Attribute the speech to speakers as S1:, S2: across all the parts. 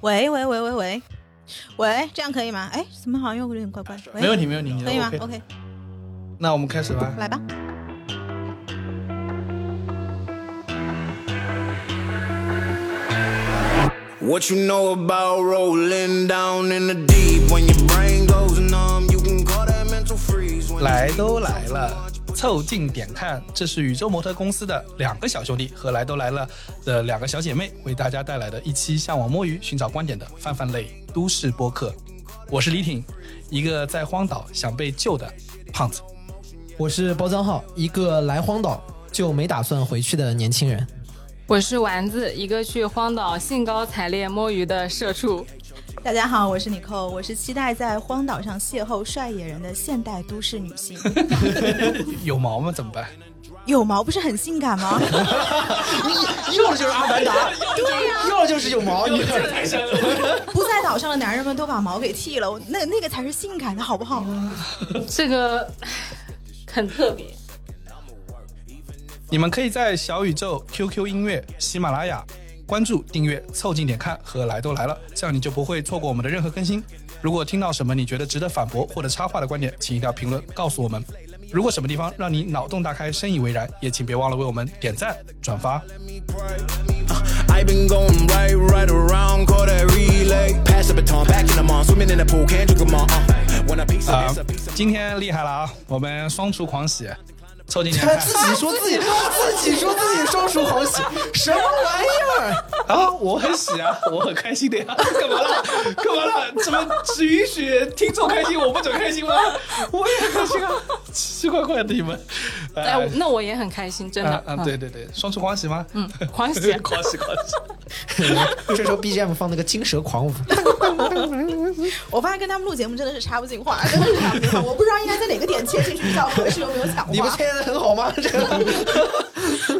S1: 喂喂喂喂喂喂，这样可以吗？哎，怎么好像又有点怪怪的？喂
S2: 没问题，没问题，你的
S1: 可以吗
S2: OK。
S1: ？OK，
S2: 那我们开始吧。
S1: 来吧。
S3: What you know about rolling down in the deep when your brain goes numb? You can call that mental freeze. When
S2: 来都来了，凑近点看，这是宇宙模特公司的两个小兄弟和来都来了的两个小姐妹为大家带来的一期向往摸鱼、寻找观点的泛泛类都市播客。我是李挺，一个在荒岛想被救的胖子。
S4: 我是包张浩，一个来荒岛就没打算回去的年轻人。
S5: 我是丸子，一个去荒岛兴高采烈摸鱼的社畜。
S1: 大家好，我是 Nicole，我是期待在荒岛上邂逅帅野人的现代都市女 性。
S2: 有毛吗？怎么办？
S1: 有毛不是很性感吗？
S4: 又就是阿凡达，对呀、又就是有毛，你
S1: 不在岛上的男人们都把毛给剃了，我那那个才是性感的好不好？
S5: 这个唉很特别，
S2: 你们可以在小宇宙、QQ 音乐、喜马拉雅关注、订阅、凑近点看和来都来了，这样你就不会错过我们的任何更新。如果听到什么你觉得值得反驳或者插话的观点，请一定要评论告诉我们。如果什么地方让你脑洞大开、深以为然，也请别忘了为我们点赞、转发。
S3: me pray. Uh, I been going right, right around, call that relay. Pass the baton, back in the mall, swimming in the pool, can't drink 'em all. Uh, when a piece of
S2: 啊、
S3: this, a piece of
S2: 今天厉害了啊！我们双厨狂喜，凑近点看。
S4: 己说自己，自己说自己双手好洗，什么玩意儿？
S2: 啊，我很喜 啊，我很开心的呀。干嘛啦？干嘛啦？怎么只允许听众开心，我不准开心吗？我也很开心啊，奇奇怪怪的你们。
S5: 哎、那我也很开心，真的。
S2: 啊啊，对对对，双出狂喜吗？ 嗯，
S5: 狂 喜啊
S2: 狂喜狂喜。
S4: 这时候 BGM 放那个金蛇狂舞，
S1: 我发现跟他们录节目真的是插不进话，真的是插不进话。我不知道应该在哪个点切进去比较合适，有没有抢
S4: 你不
S1: 话？
S4: 切的很 好吗？这个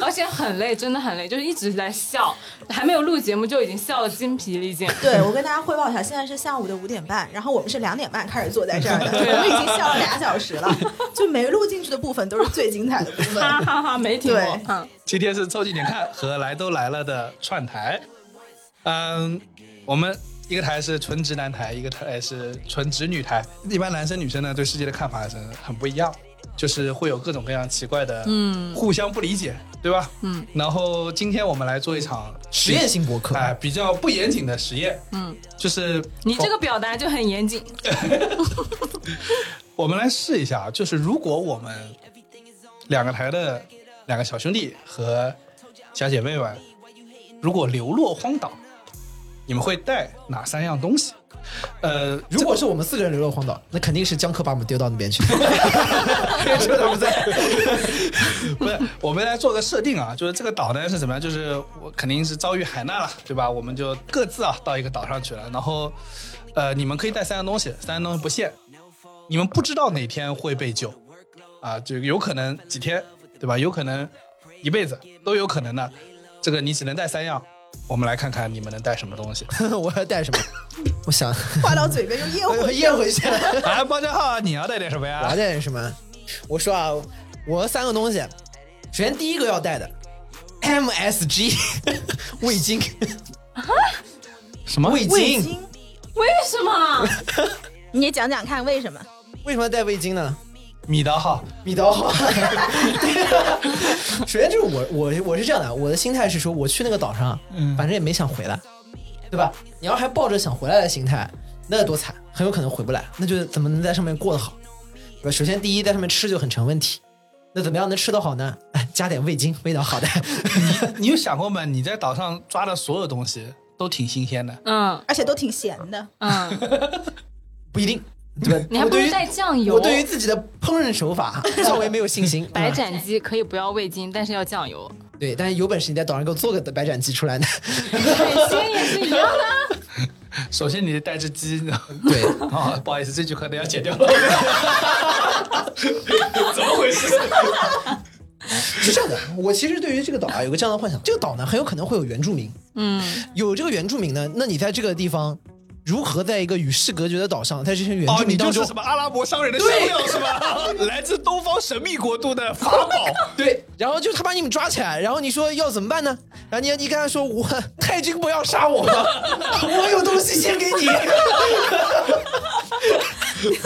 S5: 而且很累，真的很累，就是一直在笑，还没有录节目就已经笑得筋疲力尽。
S1: 对，我跟大家汇报一下，现在是下午的五点半，然后我们是两点半开始坐在这儿的，我们已经笑了俩小时了，就没录进去的部分都是最精彩的部 分。
S5: 哈哈哈，没停过
S1: 对。
S5: 嗯，
S2: 今天是凑近点看和来都来了的串台，嗯，我们一个台是纯直男台，一个台是纯直女台。一般男生女生呢对世界的看法是很不一样，就是会有各种各样奇怪的，嗯，互相不理解，对吧？嗯。然后今天我们来做一场
S4: 实验性博客
S2: 哎、比较不严谨的实验，嗯，就是
S5: 你这个表达就很严谨。
S2: 我们来试一下，就是如果我们两个台的两个小兄弟和小姐妹们，如果流落荒岛，你们会带哪三样东西？呃，
S4: 如果是我们四个人流落荒岛，那肯定是江科把我们丢到那边去。
S2: 这都不在，不是，我们来做个设定啊，就是这个岛呢是怎么样？就是我肯定是遭遇海难了，对吧？我们就各自啊到一个岛上去了，然后，呃，你们可以带三样东西，三样东西不限，你们不知道哪天会被救，啊，就有可能几天，对吧？啊有可能呃一辈子都有可能的，这个你只能带三样。我们来看看你们能带什么东西
S4: 我要带什么？我想，
S1: 话到嘴边就咽
S4: 我
S1: 回去
S4: 咽
S1: 了。
S4: 回去。
S2: 啊？包家浩，你要带点什么
S4: 我要
S2: 呀？
S4: 带点什么？我说啊，我三个东西，首先第一个要带的 MSG 味精，
S2: 什么？
S4: 味
S1: 味
S4: 精
S1: 精，
S5: 为什么？
S1: 你也讲讲看为什么？
S4: 为什么要带味精呢？
S2: 米德浩，
S4: 米刀好。 首先就是我我我是这样的，我的心态是说，我去那个岛上，
S2: 嗯
S4: 反正也没想回来，对吧？你要还抱着想回来的心态，那多惨，很有可能回不来，那就怎么能在上面过得好？对吧？首先第一，在上面吃就很成问题。那怎么样能吃得好呢？哎，加点味精，味道好的。
S2: 你有想过吗？你在岛上抓的所有东西都挺新鲜的，
S5: 嗯
S1: 而且都挺咸的。
S5: 嗯，
S4: 不一定，对吧？
S5: 你还
S4: 我
S5: 不
S4: 对
S5: 如
S4: 于
S5: 带酱油。
S4: 我对于自己的烹饪手法 稍微没有信心。
S5: 白
S4: 嗯、
S5: 斩鸡可以不要味精，但是要酱 油。
S4: 对，但是有本事你在岛上给我做个白斩鸡出来呢。
S5: 海鲜也是一样的。啊
S2: 首先你得带只鸡，你知道吗
S4: 对，
S2: 啊、不好意思，这句可能要剪掉了。怎么回事？
S4: 是这样的，我其实对于这个岛啊有个这样的幻想，这个岛呢很有可能会有原住民，
S5: 嗯，
S4: 有这个原住民呢，那你在这个地方如何在一个与世隔绝的岛上，在这些 原
S2: 哦
S4: 住，
S2: 你
S4: 民
S2: 就
S4: 当中，
S2: 是什么阿拉伯商人的香料是吧？ 来自东方神秘国度的法宝。
S4: 对，然后就他把你们抓起来，然后你说要怎么办呢？然后你你跟他说我太君不要杀我吧，我有东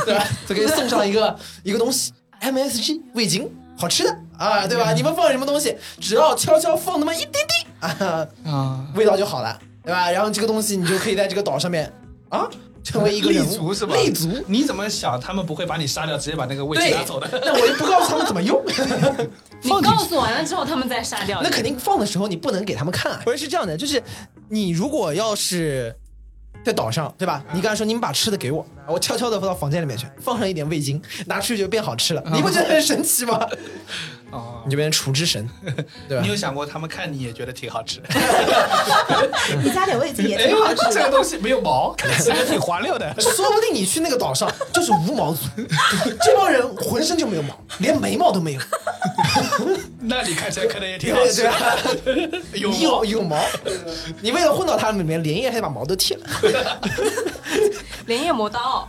S4: 对吧？就给你送上一个一个东西，MSG 味精，好吃的啊，对吧？你们放什么东西，只要悄悄放那么一滴滴啊，
S2: 啊，
S4: 味道就好了，对吧？然后这个东西你就可以在这个岛上面啊，成为一个
S2: 立
S4: 人物
S2: 足是吧？
S4: 立足。
S2: 你怎么想？他们不会把你杀掉，直接把那个位置
S4: 对
S2: 拿走的？，
S4: 那我也不告诉他们怎么用。
S5: 你告诉完了之后，他们再杀掉你。
S4: 那肯定放的时候你不能给他们看、啊。不是是这样的，就是你如果要是在岛上，对吧？你刚才说你们把吃的给我，我悄悄的放到房间里面去，放上一点味精，拿出去就变好吃了。你不觉得很神奇吗？
S2: 哦，
S4: 你就变成厨之神，对吧
S2: 你有？想过他们看你也觉得挺好吃的？
S1: 你加点味精也
S2: 哎
S1: 挺好吃，
S2: 这个东西没有毛，看起来挺滑溜的。
S4: 说不定你去那个岛上就是无毛族， 这帮人浑身就没有毛，连眉毛都没有，
S2: 那你看起来可能也挺好
S4: 对
S2: 吃
S4: 对
S2: 的。
S4: 吧？
S2: 有
S4: 你
S2: 毛
S4: 有有毛，你为了混到他们里面，连夜还得把毛都剃了。
S5: 连夜磨刀，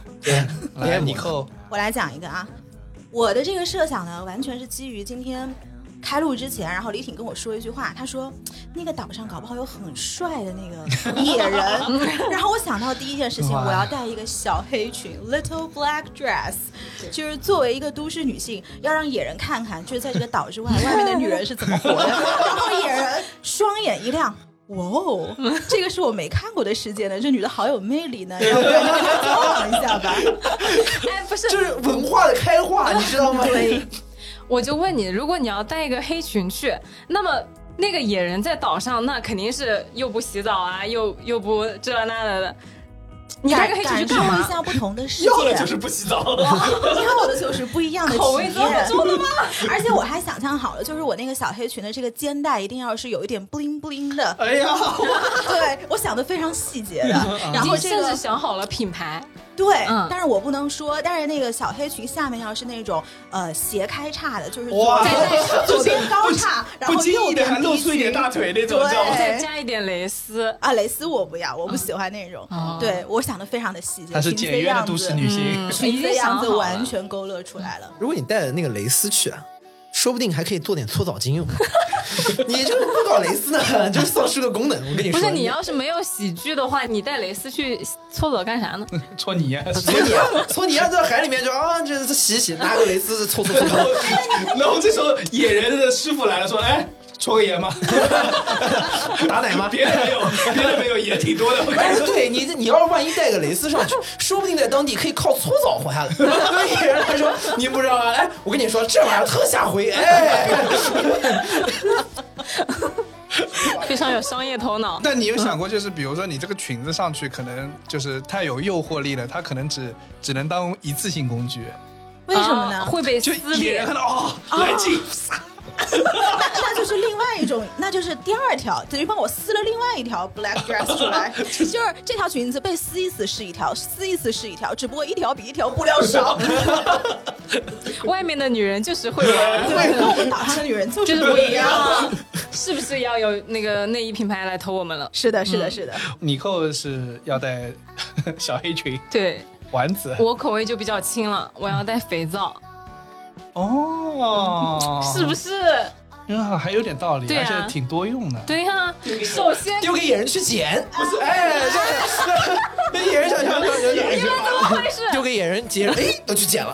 S2: 来，你扣
S1: 我来讲一个啊，我的这个设想呢，完全是基于今天开录之前，然后李挺跟我说一句话，他说那个岛上搞不好有很帅的那个野人，然后我想到第一件事情，
S2: 哇
S1: 我要带一个小黑裙 （little black dress），就是作为一个都市女性，要让野人看看，就是在这个岛之外，外面的女人是怎么活的。然后野人双眼一亮。哇哦，这个是我没看过的世界呢，这女的好有魅力呢，要不要跟她交往一下吧？
S5: 哎，不是，
S4: 就是文化的开化，你知道吗？
S5: 我就问你，如果你要带一个黑裙去，那么那个野人在岛上，那肯定是又不洗澡啊，又又不这那的的。你带
S1: 感
S5: 个黑裙去
S1: 感受
S5: 干
S1: 一
S5: 嘛？
S1: 下不同的世界，
S2: 要的 就是不洗澡。
S1: 要的就是不一样的
S5: 口味
S1: 体
S5: 这么
S1: 验。
S5: 重的吗？
S1: 而且我还想象好了，就是我那个小黑裙的这个肩带一定要是有一点 bling bling 的，
S2: 哎呀， 嗯
S1: 对我想的非常细节的。然
S5: 已
S1: 后这
S5: 经甚至
S1: 个
S5: 想好了品牌，
S1: 对
S5: 嗯，
S1: 但是我不能说，但是那个小黑裙下面要是那种呃斜开叉的，就是左
S2: 哇
S1: 边左边高叉，然
S2: 不
S1: 后
S2: 经
S1: 右
S2: 意的还
S1: 边
S2: 露
S1: 低
S2: 出一点
S1: 裙。
S2: 大腿那种，
S1: 对
S2: 知道吗？
S5: 再加一点蕾丝。
S1: 啊，蕾丝我不要，我不喜欢那种。
S5: 哦
S1: 对我想的非常的细节，
S2: 她是
S1: 裙子
S2: 简约的
S1: 样
S2: 都市
S1: 子
S2: 女
S5: 嗯
S2: 性，，
S1: 裙子
S5: 已经想
S1: 样
S5: 好
S1: 子
S5: 了
S1: 完全勾勒出来了。
S4: 如果你带着那个蕾丝去啊，说不定还可以做点搓澡精用。 你这个不搞蕾丝呢，就是丧失了功能。我跟你
S5: 不
S4: 说，
S5: 是你要是没有喜剧的话，你带蕾丝去搓澡干啥呢？
S2: 戳你啊！
S4: 搓泥啊，搓泥啊，在海里面就啊，这这洗洗，拿个蕾丝搓搓搓。
S2: 然后这时候野人的师傅来了，说：“哎，戳个盐吗？
S4: 打奶吗
S2: 别的没有，别的没有，也挺 多的。我跟
S4: 哎
S2: 你，说，
S4: 对你，你要是万一带个蕾丝上去，说不定在当地可以靠搓澡活下来。 对别人来说，你不知道啊？哎，我跟你说，这玩意儿特下回。哎，
S5: 非常有商业头脑。
S2: 但你有想过，就是比如说你这个裙子上去，可能就是太有诱惑力了，它可能只只能当一次性工具。
S1: 为什么
S5: 啊
S1: 呢？
S5: 会被
S2: 就
S5: 撕
S2: 野
S5: 裂
S2: 人看。到哦，来劲，
S1: 那那就是另外一种，那就是第二条，等于帮我撕了另外一条 black dress 出来，就是这条裙子被撕一次是一条，撕一次是一条，只不过一条比一条布料少。
S5: 外面的女人就是会玩，
S1: 对，跟我们岛上的女人就
S5: 就是是
S1: 不
S5: 不一
S1: 一样。
S5: 样，是不是要有那个内衣品牌来投我们了？
S1: 是的，是的，是的，
S2: 你扣是要带 小黑裙、
S5: 对
S2: 丸 子
S5: 我口味就比较轻了，我要带肥皂，
S2: 哦，
S5: 是不是？
S2: 是啊？还有点道理，
S5: 对
S2: 而
S5: 啊
S2: 且挺多用的。
S5: 对呀、首先
S4: 丢给野人去捡。不是，哎，这这野人想想想想想。
S5: 怎么回事？
S4: 丢给野人，野人哎都去捡了，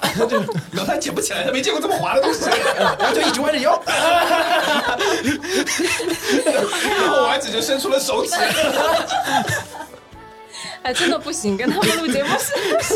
S2: 然后他捡不起来，他没见过这么滑的东西。
S4: 然后就一直弯着腰。
S2: 然后丸子就伸出了手指，
S5: 哎，真的不行，跟他们录节目是是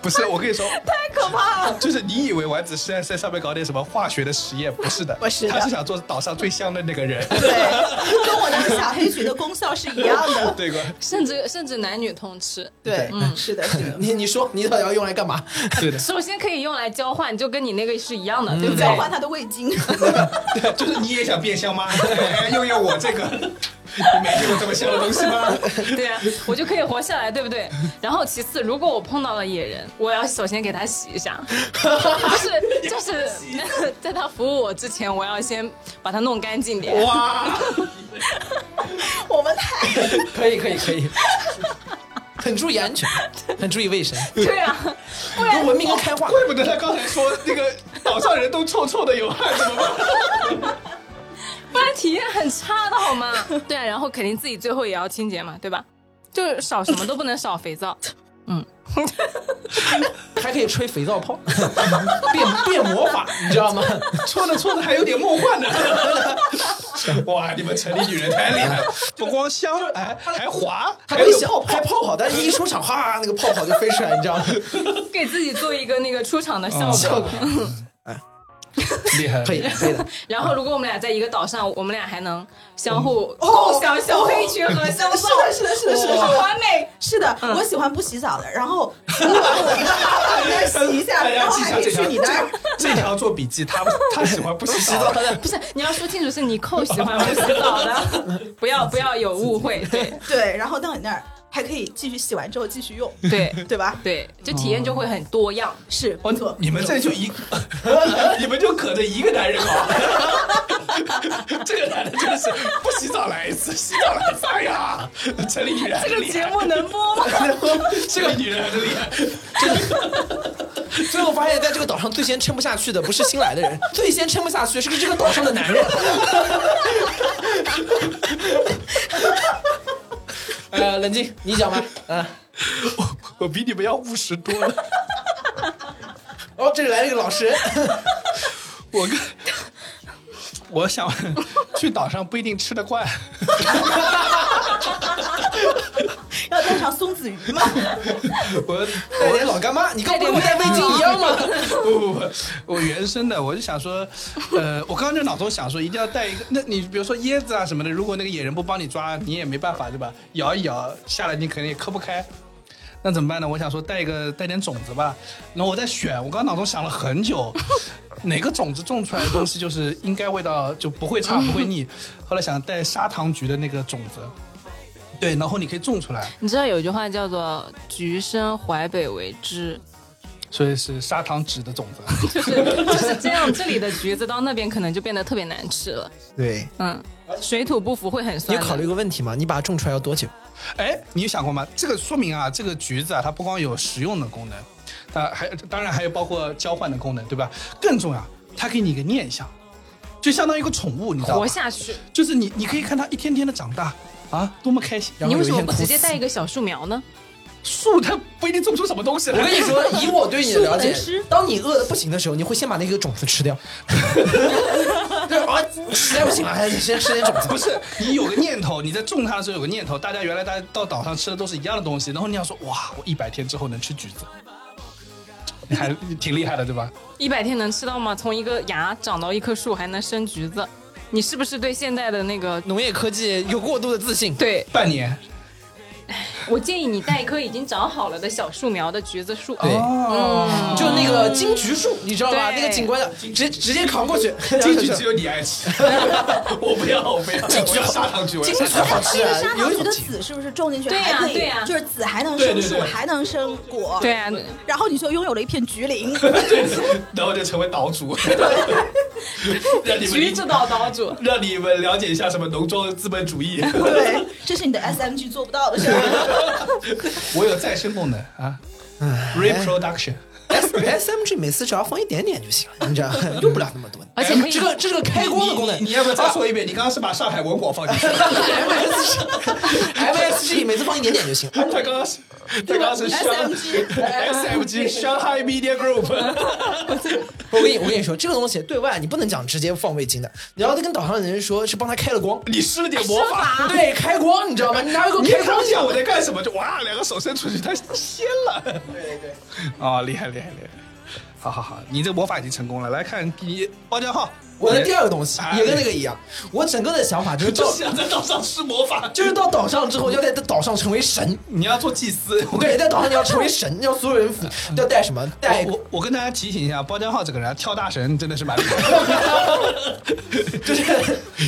S2: 不是，我跟你说，
S5: 太可怕了。
S2: 就是你以为丸子是在在上面搞点什么化学的实验，不是的，
S1: 不是的
S2: 他是想做岛上最香的那个人。
S1: 对，跟我那个小黑裙的功效是一样 的。
S2: 对个，
S5: 甚至甚至男女通吃，
S1: 对，嗯，是的，是的。
S4: 你你说你到底要用来干嘛？
S2: 对的，
S5: 首先可以用来交换，就跟你那个是一样的，对不对
S1: 交？换她的味精，
S2: 对就是你也想变香吗？ 哎用用我这个，你没见过这么香的东西吗？
S5: 对啊，我就可以活下来，对不对？然后其次，如果我碰到了野人，我要首先给他洗一下，就是就是 在他服务我之前，我要先把他弄干净点。
S2: 哇，
S1: 我们太
S4: 可以可以可以，很注意安全，很注意卫生，
S5: 对啊，不
S4: 跟
S5: 然
S4: 文明跟开化。
S2: 怪不得他刚才说那个岛上人都臭臭的有汗，怎么办？
S5: 不然体验很差的好吗？对啊，然后肯定自己最后也要清洁嘛，对吧？就是少什么都不能少肥皂。
S4: 还可以吹肥皂泡， 变变魔法，你知道吗？
S2: 搓着搓着还有点梦幻呢。哇，你们城里女人太厉害了，不光香，哎，还滑，哎
S4: 它
S2: 还
S4: 可以
S2: 有
S4: 小
S2: 泡
S4: 还
S2: 泡。
S4: 泡 好，但是一出场，哗，那个泡泡就飞出来，你知道吗？
S5: 给自己做一个那个出场的效
S2: 效
S5: 果
S2: 果。哦厉害，
S4: 可以，可以的。
S5: 然后，如果我们俩在一个岛上，我们俩还能相互共享哦小黑裙和香皂，
S1: 是的，是的，是的，
S5: 好完美。
S1: 是的，我喜欢不洗澡的，然后 我再 洗一下，
S2: 大
S1: 然
S2: 家
S1: 后
S2: 记
S1: 还
S2: 下
S1: 可以
S2: 这条
S1: 去你那儿。
S2: 这这条做笔记，他他喜欢不洗澡的，
S5: 不是，你要说清楚，是你扣喜欢不洗澡的，不要不要有误会。对
S1: 对，然后到你那儿还可以继续洗完之后继续用，
S5: 对
S1: 对吧？
S5: 对，就体验就会很多样。
S1: 是不错
S2: 哦，，你们这就 一，你们就可着一个男人搞， 这个男的真的是不洗澡来一次，洗澡来一次，哎呀，城里女人还是厉害，
S5: 目能播吗？
S2: 这个女人还是厉害，
S4: 最后发现，在这个岛上最先撑不下去的不是新来的 人，最先撑不下去是这个岛上的男 人。呃，冷静，你讲吧。啊，
S2: 我比你们要务实多了。
S4: 哦，这里来了一个老实人，
S2: 我跟 我想去岛上不一定吃得惯，
S1: 要带上松子鱼嘛，
S2: 我
S4: 带点老干妈，你跟我们带味精一样吗？
S2: 不不不，我原生的，我就想说，呃，我刚刚就脑中想说，一定要带一个，那你比如说椰子啊什么的，如果那个野人不帮你抓，你也没办法对吧？摇一摇下来，你肯定也磕不开。那怎么办呢？我想说带一个带点种子吧，然后我再选。我刚刚脑中想了很久，哪个种子种出来的东西就是应该味道就不会差不会腻。后来想带砂糖橘的那个种子，对，然后你可以种出来，
S5: 你知道有句话叫做“橘生淮北为枳
S2: 所以是砂糖橘的种子。”，
S5: 就是就是这样，这里的橘子到那边可能就变得特别难吃了。
S4: 对，
S5: 嗯，水土不服会很
S4: 你
S5: 酸
S4: 有
S5: 的。
S4: 考虑过问题吗？你把它种出来要多久？
S2: 哎，你有想过吗？这个说明啊，这个橘子啊，它不光有食用的功能，它还当然还有包括交换的功能，对吧？更重要，它给你一个念想，就相当于一个宠物，你知道
S5: 活
S2: 吧？
S5: 下去，
S2: 就是你，你可以看它一天天的长大啊，多么开心。然
S5: 你
S2: 后有一
S5: 为什
S2: 天
S5: 么不
S2: 枯
S5: 直接
S2: 死
S5: 带一个小树苗呢？
S2: 树？它不一定种出什么东西来。
S4: 我跟你说，以我对你的了
S1: 树
S4: 解
S1: 能吃，
S4: 当你饿的不行的时候，你会先把那个种子吃掉。对啊，实在不行了，还得先吃点种 子。
S2: 不是你有个念头，你在种它的时候有个念头，大家原来大家到岛上吃的都是一样的东西，然后你想说哇，我一百天之后能吃橘子，你还挺厉害的对吧？
S5: 一百天能吃到吗？从一个芽长到一棵树，还能生橘子，你是不是对现代的那个？
S4: 农业科技有过度的自信，
S5: 对
S2: 半年
S5: 我建议你带一棵已经长好了的小树苗的橘子树。
S4: 对
S2: 哦，
S4: 就那个金桔树，你知道吧？
S5: 对
S4: 那个警官的直直接扛过去，
S2: 金桔只 有你爱吃， 我不要，我不要，我要砂糖橘，我要
S4: 金
S2: 砂
S4: 桔
S2: 糖
S4: 好
S1: 那
S4: 吃
S1: 个
S4: 啊
S1: 砂，
S4: 有
S1: 糖
S4: 一
S1: 橘
S4: 种
S1: 的
S4: 劲
S1: 籽是不是种进去
S5: 对呀
S1: 还可以
S5: 对呀，
S1: 就是籽还能
S2: 对
S1: 生
S2: 对
S1: 树，
S2: 对
S1: 还能生果，
S5: 对，啊，
S1: 然后你就拥有了一片橘林。
S2: 橘， 然后就成为岛 主，让你们
S5: 橘
S2: 理
S5: 子岛岛主。
S2: 让你们了解一下什么农庄的资本主义。
S1: 对，这是你的 SMG 做不到的事儿。
S2: 我有再生功能啊，reproduction。
S4: S 哎 S M G 每次只要放一点点就行了，你知道， 用不了那么多。哎
S5: 而且可以
S4: 这个这是个开光的功能
S2: 你你要不要再说一遍？你刚刚是把上海文广放 进去，
S4: ，M S M S G 每次放一点点就行。
S2: 他刚刚是，他刚刚是 SMG SMG Shanghai Media Group。
S4: 我跟你我跟你说，这个东西对外你不能讲直接放味精的，你要跟岛上的人说是帮他开了光，
S2: 你施了点魔法，
S4: 对，哎开光，你知道吗？你拿 一个
S2: 你
S4: 开光
S2: 刚想我在干什么？就哇，两个手伸出去，他掀了。对对对，哦，厉害厉害厉害！好好好，你这魔法已经成功了。来看第一包浆号，
S4: 我的第二个东西
S2: 哎
S4: 也跟那个一样，我整个的想法就是
S2: 就
S4: 到
S2: 是想在岛上施魔法，
S4: 就是到岛上之后要在岛上成为神，
S2: 你要做祭 司。
S4: 对，在岛上你要成为神， 要所有人服要带什么带
S2: 我。我我跟大家提醒一下，包浆号这个人啊跳大神真的是蛮厉 害的，
S4: 就是，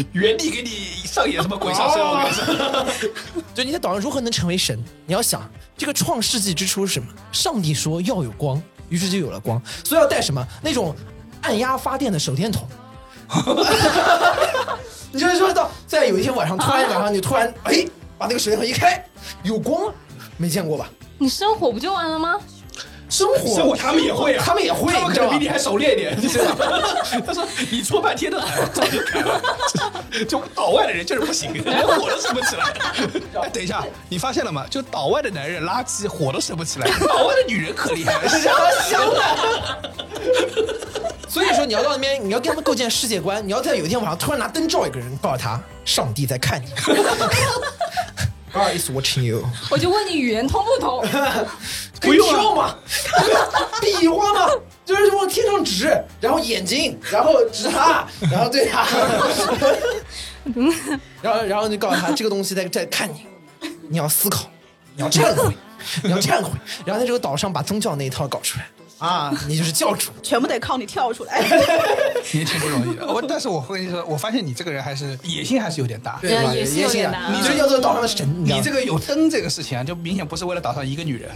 S2: 原地给你上演什么鬼上身，我跟你说。
S4: 就你在岛上如何能成为神？你要想这个创世纪之初是什么？上帝说要有光，于是就有了光。所以要带什么？那种按压发电的手电筒。 你就是说到，在有一天晚上，突然晚上你突然哎，把那个手电筒一开，有光了，没见过吧？
S5: 你生火不就完了吗？
S4: 生活，
S2: 生活他们也会啊，
S4: 他们也会，
S2: 他们可能比你
S4: 知道吧
S2: 还熟练一 点。就是他说你搓半天的台，早就开 了。就岛外的人就是不行， 连火都升不起来。 哎，等一下，你发现了吗？就岛外的男人垃圾，火都升不起来。岛外的女人可厉 害了，
S4: 让他想 了。所以说，你要到那边，你要跟他们构建世界观，你要在有一天晚上突然拿灯照一个人，告诉他，上帝在 看你。God is watching you。
S5: 我就问你语言通不通？
S4: 可以跳嘛，
S2: 啊
S4: 比划嘛， 就是往天上指，然后眼睛，然后指他，然后对他，然后然后就告诉他这个东西在在看你，你要思考，你要忏悔，你要忏悔，然后在这个岛上把宗教那一套搞出来啊，你就是教主。
S1: 全部得靠你跳出来。
S2: 你也挺不 容易的。我但是我跟你说，我发现你这个人还是野心还是有点大。
S5: 对
S4: 吧
S5: 也是
S4: 也
S5: 有
S4: 是
S5: 点
S4: 的
S5: 难
S4: 你这叫做岛上的神，
S2: 你
S4: 这
S2: 这个有灯这个事情啊，就明显不是为了岛上一个 女人，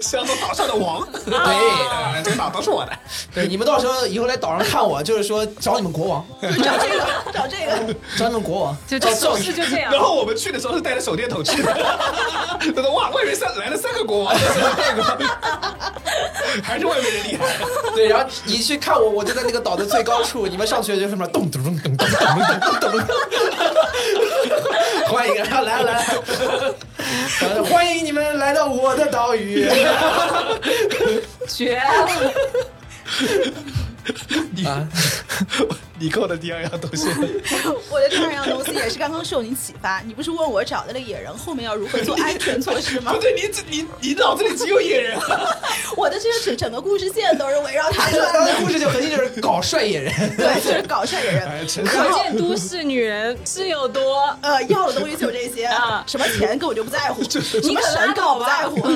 S2: 是要做岛上的王。对，这个岛都是我的。
S4: 对你们到时候以后来岛上看我，就是说找你们国王，
S1: 找这个，找这个，
S4: 找你们国王，
S5: 就
S4: 找
S5: 这
S4: 教
S5: 手
S4: 主
S5: 势就这样
S2: 然。后我们去的时候是带着手电筒去的， 他说哇，外面三来了三个国王， 还是外面人厉害。啊
S4: 对，然后你去看我，我就在那个岛的最高处，你们上去就什么咚咚咚咚咚咚咚咚咚，换一个，来来来，呃欢迎你们来到我的岛屿。
S5: 绝了！
S2: 你、 你扣的第二样东西，
S1: 我的第二样东西也是刚刚受你启发。你不是问我找那个野人后面要如何做安全措施吗
S2: 不？对，你只你你脑子里只有野人，
S1: 我的这个整整个故事线都是围绕 他
S4: 这
S1: 转
S4: 当时
S1: 的，
S4: 故事就核心就是搞帅野人，
S1: 对，就是搞事儿野人。
S2: 哎，陈
S5: 可见都市女人是有多……
S1: 呃，要的东西就这些
S5: 啊，
S1: 什么钱根本就不在乎，什么神根本不在乎。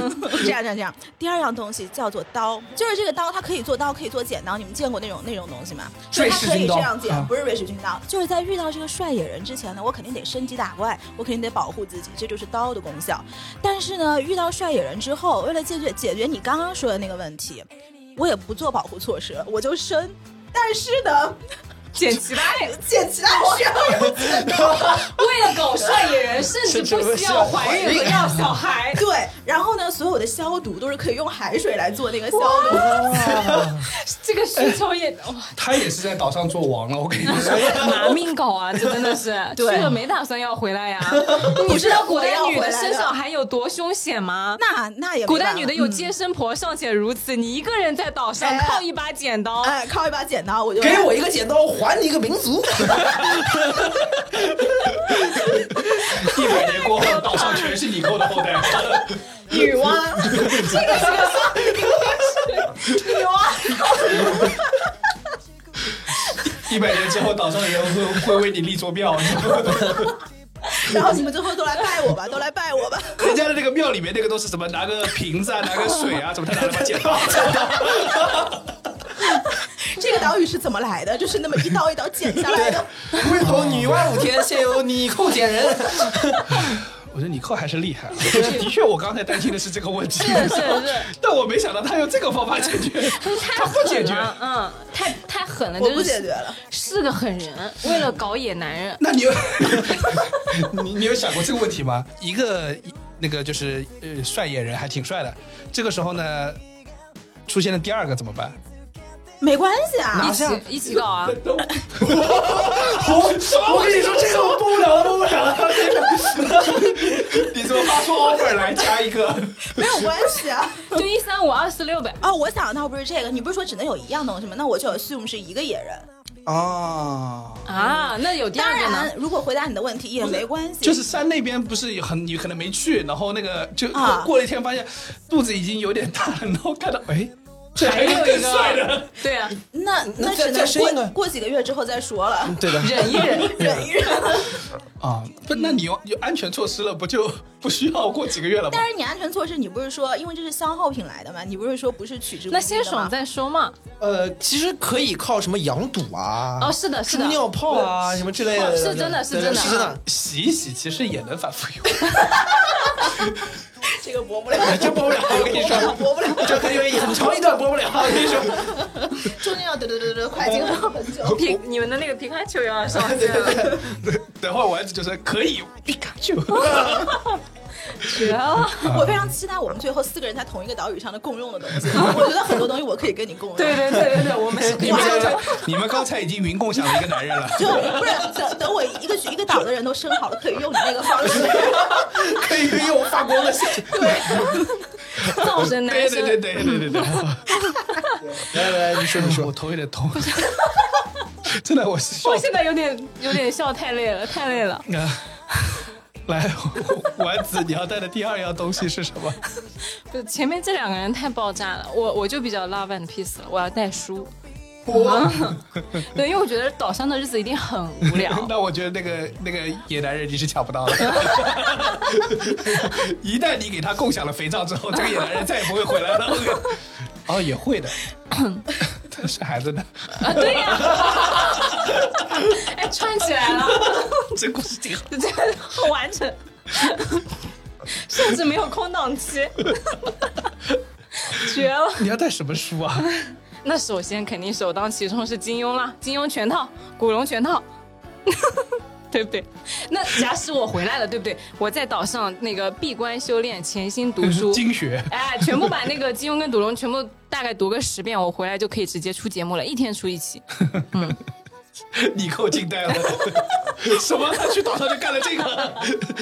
S1: 这样这样这样，第二样东西叫做刀，就是这个刀，它可以做刀，可以做剪刀。你们见过那种那种东西吗？就是它可以这样
S4: 瑞士军刀
S1: 剪，不是瑞士军刀，就是在遇到这个帅野人之前呢，我肯定得升级打怪，我肯定得保护自己，这就是刀的功效。但是呢，遇到帅野人之后，为了解决解决你刚刚说的那个问题，我也不做保护措施，我就升。但是呢，
S5: 捡起来，
S1: 捡起来我要有剪刀。
S5: 为了搞帅野人，甚至不需要怀孕和要小孩。
S1: 对，然后呢，所有的消毒都是可以用海水来做那个消毒。
S5: 这 个需求也哇，
S2: 他也是在岛上做王了，我跟你说。
S5: 拿命搞啊！这真的是去
S1: 对
S5: 了没打算要回 来呀、
S1: 不
S5: 你
S1: 是
S5: 知道古代
S1: 要回
S5: 女的
S1: 来
S5: 生
S1: 的
S5: 小孩有多凶险吗？
S1: 那那也没
S5: 古代
S1: 办法嗯
S5: 女的有接生婆，尚且如此，你一个人在岛上
S1: 哎
S5: 靠一把剪刀，
S1: 哎，靠一把剪刀，我就
S4: 给我一个剪刀，还你一个民族。
S2: 一百年过后，岛上全是你扣的后代。
S1: 女娲，这个是个女娲，
S2: 一百年之后，岛上的人会会为你立座庙，
S1: 然后你们最后都来拜我吧，都来拜我吧。
S2: 人家的那个庙里面那个都是什么拿个瓶子啊，拿个水啊，怎么他拿了把剪刀。
S1: 这个岛屿是怎么来的？就是那么一刀一刀剪下 来的。
S4: 龟头女娲补 天，现由你寇剪人。
S2: 我觉得你扣还是厉害，就是的确，我刚才担心的是这个问题，
S5: 是是是，
S2: 但我没想到他用这个方法解决，
S5: 太
S2: 不解
S5: 狠
S2: 决
S5: 了，嗯，太太狠了，
S1: 我
S5: 就
S1: 不
S5: 是
S1: 解决了，
S5: 是个狠人，为了搞野男人，
S2: 那你有 你你有想过这个问题吗？一个那个就是呃帅野人还挺帅的，这个时候呢出现了第二个怎么办？
S1: 没关系啊
S5: 一。起一起搞啊！
S4: 我跟你说，这个我不聊了，不聊了。
S2: 你怎么发出 offer 来加一个？
S1: 没有关系啊。
S5: 就一三五二四六呗，
S1: 哦，我想到不是这个，你不是说只能有一样东西吗？那我就 assume 是一个野人。
S2: 哦，
S5: 啊，那有第
S1: 当
S5: 二个呢
S1: 然？，如果回答你的问题也没关系，
S2: 就是山那边不是很你可能没去，然后那个就
S1: 啊
S2: 过了一天发现肚子已经有点大了，然后看到哎，这还
S5: 还
S2: 有
S5: 有
S2: 更
S5: 一
S2: 帅的。
S5: 个，对啊，
S1: 那
S4: 那
S1: 那
S4: 再
S1: 只
S4: 再生一
S1: 能
S4: 个
S1: 过过几个月之后再说了。
S4: 对的，
S5: 忍一忍，
S1: 忍一忍。
S2: 啊，不，那你有有安全措施了，不就不需要过几个月了吗
S1: 但？是你安全措施，你不是说因为这是消耗品来的吗？你不是说不是取之不尽的
S5: 那
S1: 吗
S5: 先爽再说嘛。
S4: 呃，其实可以靠什么羊肚啊？
S5: 哦，是的，是
S4: 猪
S5: 的，
S4: 尿泡啊，什么之类的，
S5: 是真的是
S4: 对
S5: 真的
S4: 是真的。
S2: 洗一洗其实也能反复用，
S1: 这个播不了，
S4: 真播不了，我跟你说，
S1: 播不了，
S4: 这可以有很长一段播不 了。我跟你说，
S1: 中间要嘚嘚嘚嘚快 进了很久。
S5: 皮你们的那个皮卡丘也要上线了，
S2: 等会儿丸子就说可以皮卡丘，
S5: 绝了！
S1: 我非常期待我们最后四个人在同一个岛屿上的共用的东 西。我觉得很多东西我可以跟你共用。
S5: 对对对对对，我们是
S2: 你们刚才，你们刚才已经云共享了一个男人了，
S1: 就不是等等我一个一个岛的人都生好了，可以用你那个方式。
S2: 可以运用发光的线。
S5: 造神男
S2: 对
S5: 生
S2: 对对对对对对。
S4: 来来来，你说你 说
S2: 我，头有点痛，真的我是笑
S5: 我现在有点有点笑太累了，太累了。
S2: 啊。 来，丸子，你要带的第二样东西是什 么？。
S5: 就前面这两个人太爆炸了，我我就比较 love and peace 了，我要带书。啊对，因为我觉得岛上的日子一定很无聊
S2: 那我觉得那个那个野男人你是抢不到的。 一旦你给他共享了肥皂之后，这个野男人再也不会回来 了。哦，也会 的，他是孩子的。
S5: 啊，对呀、 哎，串起来了，
S2: 这故事挺好。
S5: 这很完整，甚至没有空档期， 绝了。
S2: 你要带什么书啊？
S5: 那首先肯定首当其冲是金庸啦，金庸全套，古龙全套， 对不对？那假使我回来了，对不对？我在岛上那个闭关修炼，潜心读 书，
S2: 经学。
S5: 哎，全部把那个金庸跟古龙全部大概读个十遍，我回来就可以直接出节目了，一天出一期。
S2: 你够惊 呆了！什么？他去岛上就干了这个？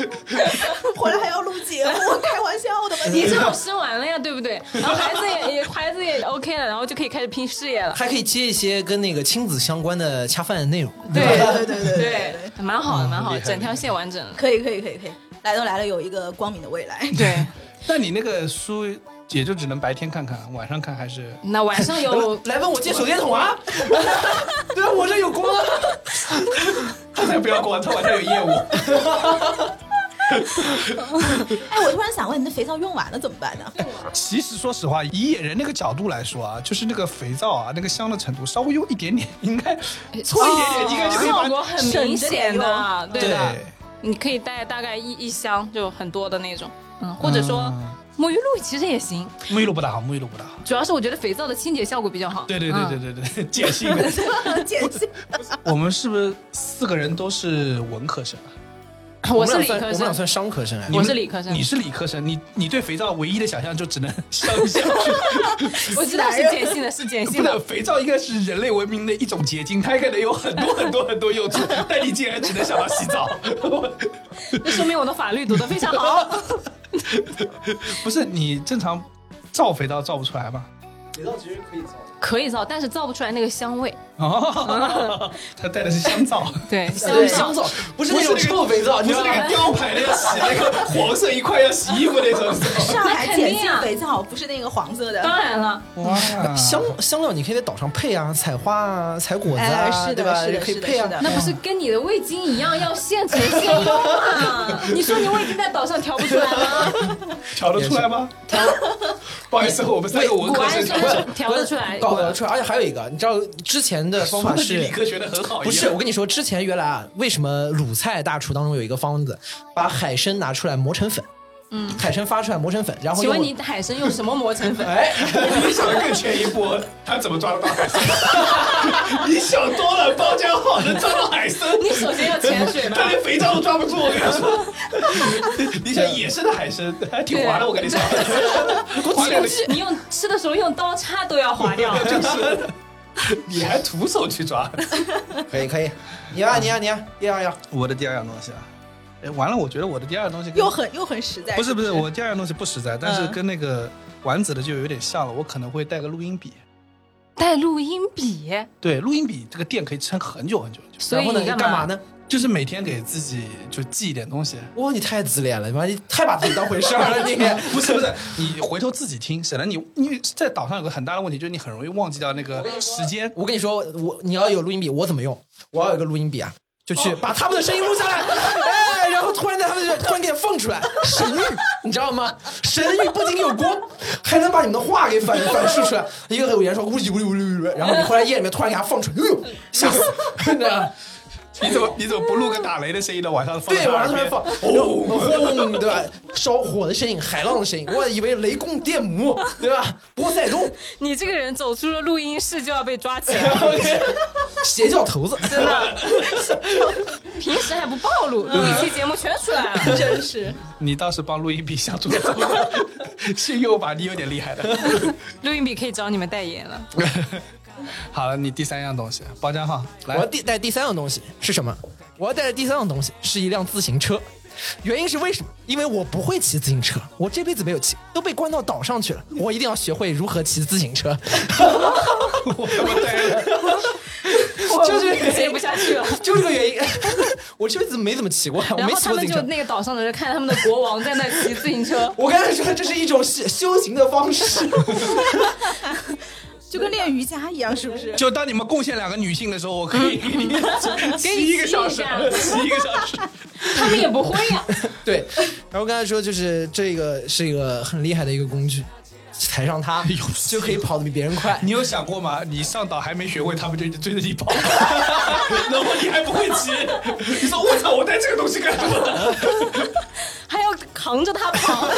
S1: 回来还要录节目，我开玩笑的吧？
S5: 你
S1: 你
S5: 这种生完了呀，对不对？然后孩子也也孩子也 OK 了，然后就可以开始拼事业了。
S4: 还可以接一些跟那个亲子相关的恰饭的内容。
S5: 对
S1: 对对对
S5: 对，蛮好的，蛮好
S2: 厉
S5: 的，
S2: 害
S5: 整条线完整了。
S1: 可以可以可以可以，来都来了，有一个光明的未 来。
S5: 对，
S2: 那你那个书也就只能白天看看，晚上看还 是？
S5: 那晚上 有
S4: 来问我借手电筒 啊？对啊，我这有光啊。
S2: 他才不要管，他晚上有业务。
S1: 哎，我突然想问，你的肥皂用完了怎么办 呢？
S2: 其实说实话，以野人那个角度来说啊，就是那个肥皂啊，那个香的程度稍微用一点点， 应该搓一点点，应该就可以
S5: 效
S2: 把。
S5: 果很明显的，对
S2: 对
S5: 的。你可以带大概一一箱，就很多的那种，嗯，或者说
S2: 嗯
S5: 沐浴露其实也行，
S2: 沐浴露不大好，沐浴露不大好。
S5: 主要是我觉得肥皂的清洁效果比较好。
S2: 对对对
S5: 嗯
S2: 对对对， 碱性 的。
S1: 简直
S2: 我们是不是四个人都是文科生啊？
S5: 我是理
S4: 我
S5: 科
S4: 们俩
S5: 生，
S4: 算商科生啊。
S2: 你们
S5: 我是理科生
S2: 你是理科生，你你对肥皂唯一的想象就只能 香香 去。
S5: 我知道是碱性的，是碱
S2: 不
S5: 性
S2: 能，
S5: 的。
S2: 肥皂应该是人类文明的一种结晶，它可能有很多很多很多用 处，但你竟然只能想到洗澡。
S5: 这说明我的法律读得非常好。
S2: 不是你正常造肥皂造不出来吗？
S5: 可以造，但是造不出来那个香味。
S2: 哦， 他带的是香皂，
S5: 对，香
S4: 对
S5: 皂
S4: 香皂不是那种臭肥皂，
S2: 不
S4: 你
S2: 是
S4: 知道
S2: 那
S4: 吗
S2: 个？雕牌的要洗那个黄色一块要洗衣服那种皂。
S1: 上海碱
S5: 那肯定
S1: 性
S5: 啊
S1: 肥皂不是那个黄色的，
S5: 当然了，
S2: 哇，
S4: 香香料你可以在岛上配啊，采花啊，采果子
S1: 哎
S4: 啊，
S1: 是的
S4: 对吧？
S1: 是的
S4: 可以
S1: 是的
S4: 配啊
S1: 是。的
S5: 那不是跟你的味精一样要现成现用吗？你说你味精在岛上调不出来 吗？
S2: 调得出来吗？不好意思，我们三个文
S5: 谷
S2: 科
S5: 氨
S2: 生调不出来
S5: 酸调得出来，
S4: 搞得出来，而且还有一个，你知道之前的方法
S2: 说得你
S4: 是
S2: 理科学的很好一样，
S4: 不是，我跟你说，之前原来啊，为什么鲁菜大厨当中有一个方子，把海参拿出来磨成粉，嗯，海参发出来磨成粉，然后
S5: 请
S4: 用
S5: 问你海参用什么磨成粉？
S4: 哎，
S2: 你想的更前一步，他怎么抓得到 海参？你想多了，包浆好能抓到海参。
S5: 你首先要潜 水吗
S2: 他？连肥皂都抓不住，我跟你说。你想野生的海参还挺滑的，我跟你说， 滑两个
S5: 你你用吃的时候用刀叉都要 划掉。
S2: 就是。你还徒手去 抓？
S4: 可以可以，你啊你啊你啊，要要
S2: 我的第二样东西啊，哎，完了，我觉得我的第二样东西跟
S1: 又很又很实在。
S2: 不是不是，我第二样东西不实在，但是
S1: 嗯
S2: 跟那个丸子的就有点像了。我可能会带个录音笔，
S5: 带录音笔，
S2: 对，录音笔这个电可以撑很久很久很久，
S5: 所
S4: 然
S5: 以
S4: 后呢
S5: 你
S4: 你
S5: 干
S4: 干嘛？呢？
S2: 就是每天给自己就记一点东西。
S4: 哇，你太自恋了，你妈你太把自己当回事儿了，你
S2: 不是不是，你回头自己听，省得你因为在岛上有个很大的问题，就是你很容易忘记掉那个时间。
S4: 我跟你说，我你要有录音笔，我怎么用？我要有一个录音笔啊，就去把他们的声音录下来，哎，然后突然在他们这突然给放出来，神域，你知道吗？神域不仅有光，还能把你们的话给反反射出来。一个有言说呜哩呜哩呜哩呜哩，然后你后来夜里面突然给它放出来，哎呦，吓死！你知道吗
S2: 你怎么你怎么不录个打雷的声音呢？晚上放
S4: 对，往
S2: 这
S4: 上突然放，轰，对吧？烧火的声音，海浪的声音，我以为雷公电母，对吧？波塞冬，
S5: 你这个人走出了录音室就要被抓起来，
S4: 邪教头子，
S5: 真的。平时还不暴露，
S4: 嗯
S5: 录一期节目全出来了。
S1: 真是
S2: 你倒是帮录音笔下注册了，信用吧，你有点厉害的。
S5: 录音笔可以找你们代言了。
S2: 好了，你第三样东西，包浆号
S4: 我
S2: 来
S4: 要，第带第三样东西是什么？我要带的第三样东西是一辆自行车，原因是为什么？因为我不会骑自行车，我这辈子没有骑，都被关到岛上去了。我一定要学会如何骑自行车，
S2: 我他妈呆了，
S4: 就这个
S5: 接不下去了。
S4: 就这个原因。我这辈子没怎么骑过， 我
S5: 然
S4: 没
S5: 后
S4: 骑
S5: 他
S4: 过自
S5: 们
S4: 行
S5: 就
S4: 车。，
S5: 那个岛上的人看他们的国王在那骑自行车
S4: 我刚才说这是一种修修行的方式，
S1: 就跟练瑜伽一样，是不是？
S2: 就当你们贡献两个女性的时候，我可以给 你骑一个小时，骑一个小时。
S5: 他们也不会呀、
S4: 对。然后刚才说就是这个是一个很厉害的一个工具，踩上它
S2: 呦
S4: 就可以跑得比别人快。
S2: 你有想过吗？你上岛还没学会，他们就一直追着你跑， 然后你还不会骑，你说我操，我带这个东西干什么？
S5: 还要扛着他跑，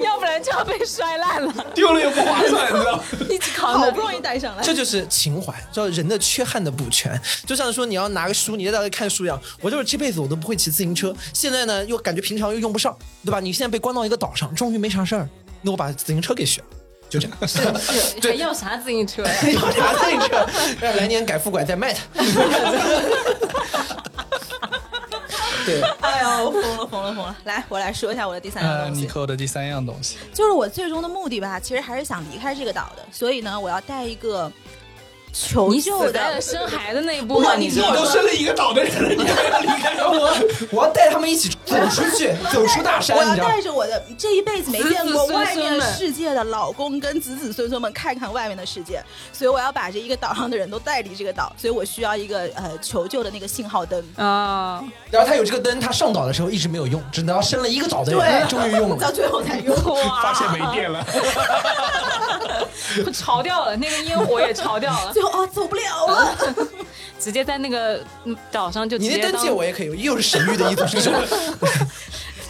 S5: 要不然就要被摔烂了。
S2: 丢了也不划算，你知道吗？
S5: 一起扛
S1: 好
S5: 着，
S1: 不容易带上来，
S4: 这就是情怀，叫人的缺憾的补全。就像说你要拿个书，你在那里看书一样。我就是这辈子我都不会骑自行车，现在呢又感觉平常又用不上，对吧？你现在被关到一个岛上，终于没啥事儿，那我把自行车给学了，就这样。
S5: 还要啥自行车呀？
S4: 要啥自行车？让来年改副拐再卖它。对，
S1: 哎呦，疯了疯了疯 了！来，我来说一下我的第三样
S2: 呃，
S1: 东
S2: 你
S1: 西，
S2: 扣的第三样东 西，
S1: 就是我最终的目的吧，其实还是想离开这个岛的，所以呢，我要带一个求
S5: 你
S1: 救
S5: 死在
S1: 的
S5: 了。生孩子那一步吗？你知道吗
S2: 都生了一个岛的人了，你还要离开我？
S4: 我要带他们一起走出去， 走出大
S1: 我
S4: 山，
S1: 要
S4: 你知道吗
S1: 带？着我的这一辈子没见过
S5: 子子孙孙
S1: 外面
S5: 们
S1: 世界的老公跟子子孙孙们看看外面的世界，所以我要把这一个岛上的人都带离这个岛，所以我需要一个呃求救的那个信号灯。
S5: 啊、
S4: 然后他有这个灯，他上岛的时候一直没有用，只能生了一个岛的人，
S1: 对，
S4: 终于用
S1: 到
S4: 了。
S1: 最后才用。
S5: 哇！
S2: 发现没电了，
S5: 潮掉了，那个烟火也潮掉 了，
S1: 最后哦，走不了 了。
S5: 直接在那个嗯岛上就直
S4: 你
S5: 接
S4: 那灯
S5: 当
S4: 借我也可以，又是神域的一组生手。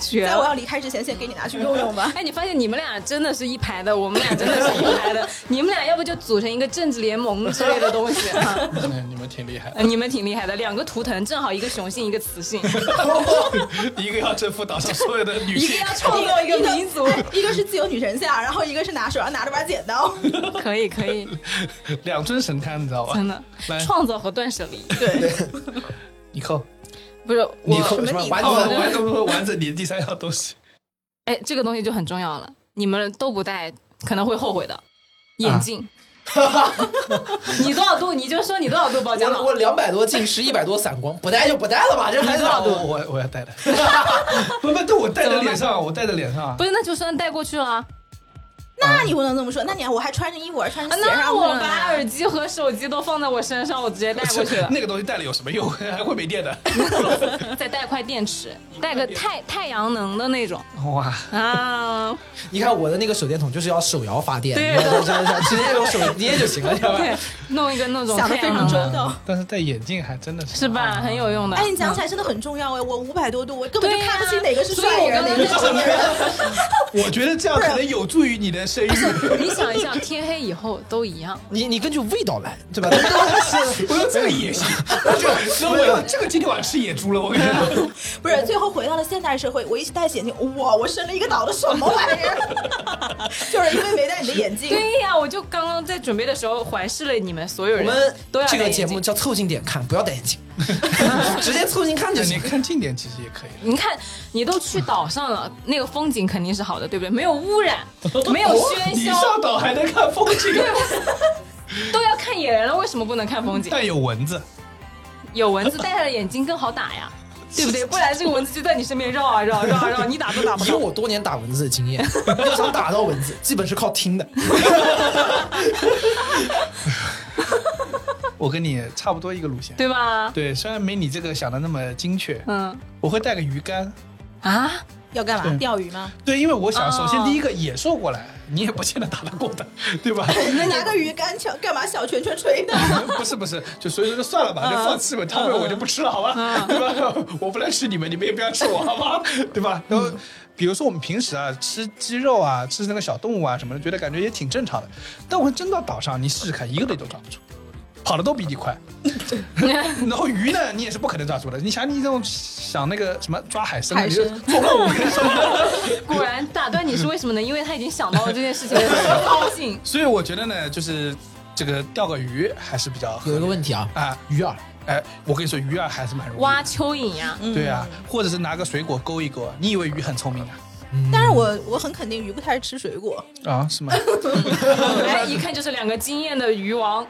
S5: 绝
S1: 在我
S5: 了。
S1: 要离开之前，先给你拿去用用吧。
S5: 哎，你发现你们俩真的是一排的，我们俩真的是一排的，你们俩要不就组成一个政治联盟之类的东西、啊。
S2: 嗯你们挺厉害的，
S5: 呃你们挺厉害的，两个图腾正好一个雄性一个雌性，
S2: 一个要征服岛上所有的 女
S5: 一个
S2: 性，
S5: 要 创造一个民族，
S1: 哎一个是自由女神像，然后一个是拿手上拿着把剪 刀。
S5: 哎可以可以，
S2: 两尊神龛，你知道吧？
S5: 真的
S2: 来
S5: 创造和断舍离，
S1: 对，
S2: 你扣，
S5: 不是
S4: 你
S5: 我
S4: 扣什么
S1: 你
S4: 完
S1: 扣
S2: 哦
S4: 犊，子？
S2: 完整完整你的第三样东西，
S5: 哎，这个东西就很重要了，你们都不戴可能会后悔的，眼镜。你多少度？你就说你多少度包浆
S4: 我我
S5: 了。
S4: 两百多近视，一百多散光，不戴就不戴了吧，这还
S2: 那
S4: 咋
S2: 我
S4: 多？
S2: 我我要戴的， 不不，但我戴在脸上，我戴在脸上啊
S5: 不。是，那就算带过去了啊。
S1: 那你不能这么说。那你我还穿着衣服，我还穿着鞋
S5: 那
S1: 上路
S5: 啊我
S1: 呢
S5: 把耳机和手机都放在我身上，我直接带过 去了。
S2: 那个东西戴了有什么用？ 还会没电的。
S5: 再带块电池，带个太太阳能的那种
S2: 哇，
S5: 啊。
S4: 你看我的那个手电筒就是要手摇发电，
S5: 对
S4: 你知道吗就是直接用手 捏就行了，知道吧？
S5: 对，弄一个那种
S1: 想的
S5: 太
S1: 非
S5: 阳
S1: 常周
S5: 能，
S1: 到。
S2: 但是戴眼镜还真的是
S5: 是吧？很有用的。
S1: 哎，你讲起来真的很重要哎，我五百多度，我根本
S5: 对
S1: 就
S5: 呀，
S1: 看不清哪个是
S5: 所以
S1: 帅
S5: 我
S1: 人，
S5: 刚
S1: 哪个
S5: 刚在
S1: 是
S5: 说
S1: 丑人。
S2: 我觉得这样可能有助于你的生育。
S5: 你想一想，天黑以后都一样。
S4: 你你根据味道来，对吧？是
S2: 我说这个也行，这我要这个今天晚上吃野猪了，我跟你讲。
S1: 不是，最后回到了现代社会，我一戴起眼镜，哇，我生了一个岛的什么玩意儿？ 就是因为没戴你的眼镜。
S5: 对呀，我就刚刚在准备的时候环视了你们所有
S4: 我
S5: 人，
S4: 们
S5: 都要
S4: 这
S5: 戴
S4: 个
S5: 眼
S4: 节目
S5: 镜。
S4: 叫凑近点看，不要戴 眼镜， 直接凑近看就
S2: 你
S4: 行。
S2: 看近点其实也可以了。
S5: 你看，你都去岛上了，那个风景肯定是好的，对不对？没有 污染，没有喧
S2: 你
S5: 嚣
S2: 上，岛还能看风景，
S5: 都要看野人了，为什么不能看风景？
S2: 但有蚊子。
S5: 有蚊子戴上眼镜更好打呀，对 不对？不然这个蚊子就在你身边绕啊绕啊绕啊绕，你打都打不
S4: 以
S5: 到。
S4: 我多年打蚊子的经 验，要想打到蚊子，基本是靠听的。
S2: 我跟你差不多一个路线。
S5: 对吧？
S2: 对，虽然没你这个想的那么精确，
S5: 嗯
S2: 我会带个鱼竿。
S5: 啊，
S1: 要干嘛
S2: 对？
S1: 钓鱼吗？
S2: 对，因为我想，
S5: 哦
S2: 首先第一个野兽过来，你也不见得打得过 的，对吧？
S1: 那拿个鱼竿敲干嘛？小拳拳捶的。
S2: 不是不是，就所以说就算了
S5: 嗯
S2: 吧，就放弃吧，他们我就不吃了，好吧？ 对吧？我不来吃你们，你们也不要吃我，好 吧？对吧？然后比如说我们平时啊吃鸡肉啊，吃那个小动物啊什么的，觉得感觉也挺正常的，但我真到岛上，你试试看，一个队都抓不住。跑的都比你快，然后鱼呢，你也是不可能抓住的。你想，你这种想那个什么抓海参的，
S1: 海
S2: 你就
S1: 参
S2: 做梦我跟你说，。
S5: 果然打断你是为什么呢？因为他已经想到了这件 事情的高兴
S2: 所以我觉得呢，就是这个钓个鱼还是比较合
S4: 有一个
S2: 理
S4: 问题啊，
S2: 啊。
S4: 鱼饵，
S2: 哎， 我跟你说，鱼饵还是蛮容易的
S5: 挖蚯蚓呀、
S2: 对啊，或者是拿个水果勾一勾啊。你以为鱼很聪明啊？
S1: 但是我我很肯定鱼不太吃水果，
S2: 啊，是吗？
S5: 哎，一看就是两个经验的鱼王，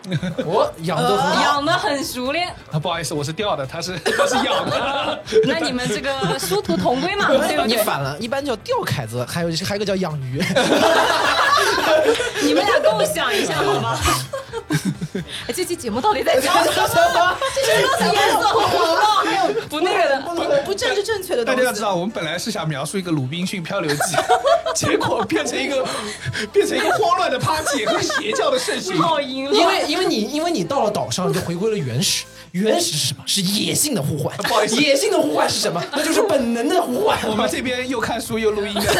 S4: 我养的
S5: 呃
S4: 很好，
S5: 养的很熟练。
S2: 啊，不好意思，我是钓的，它是它是养的。
S5: 那你们这个殊途同归嘛，对不
S4: 你
S5: 对？
S4: 反了，一般叫钓凯子，还有还有一个叫养鱼，
S5: 你们俩共享一下好吧？哎，这期节目到底在讲 什么？这是刚才严总广告还有不那个的，
S1: 不政治正确的
S2: 大
S1: 东
S2: 家要知
S1: 西。
S2: 道，我们本来是想描述一个鲁滨逊漂流记， 结果变成一个变成一个慌乱的 party 和邪教的盛行。
S5: 好淫
S4: 因
S5: 乱。
S4: 为因为你因为你到了岛上就回归了原始，原始是什么？是野性的呼唤，
S2: 不好意思
S4: 野性的呼唤是什么？那就是本能的呼唤。
S2: 我们这边又看书又录音的，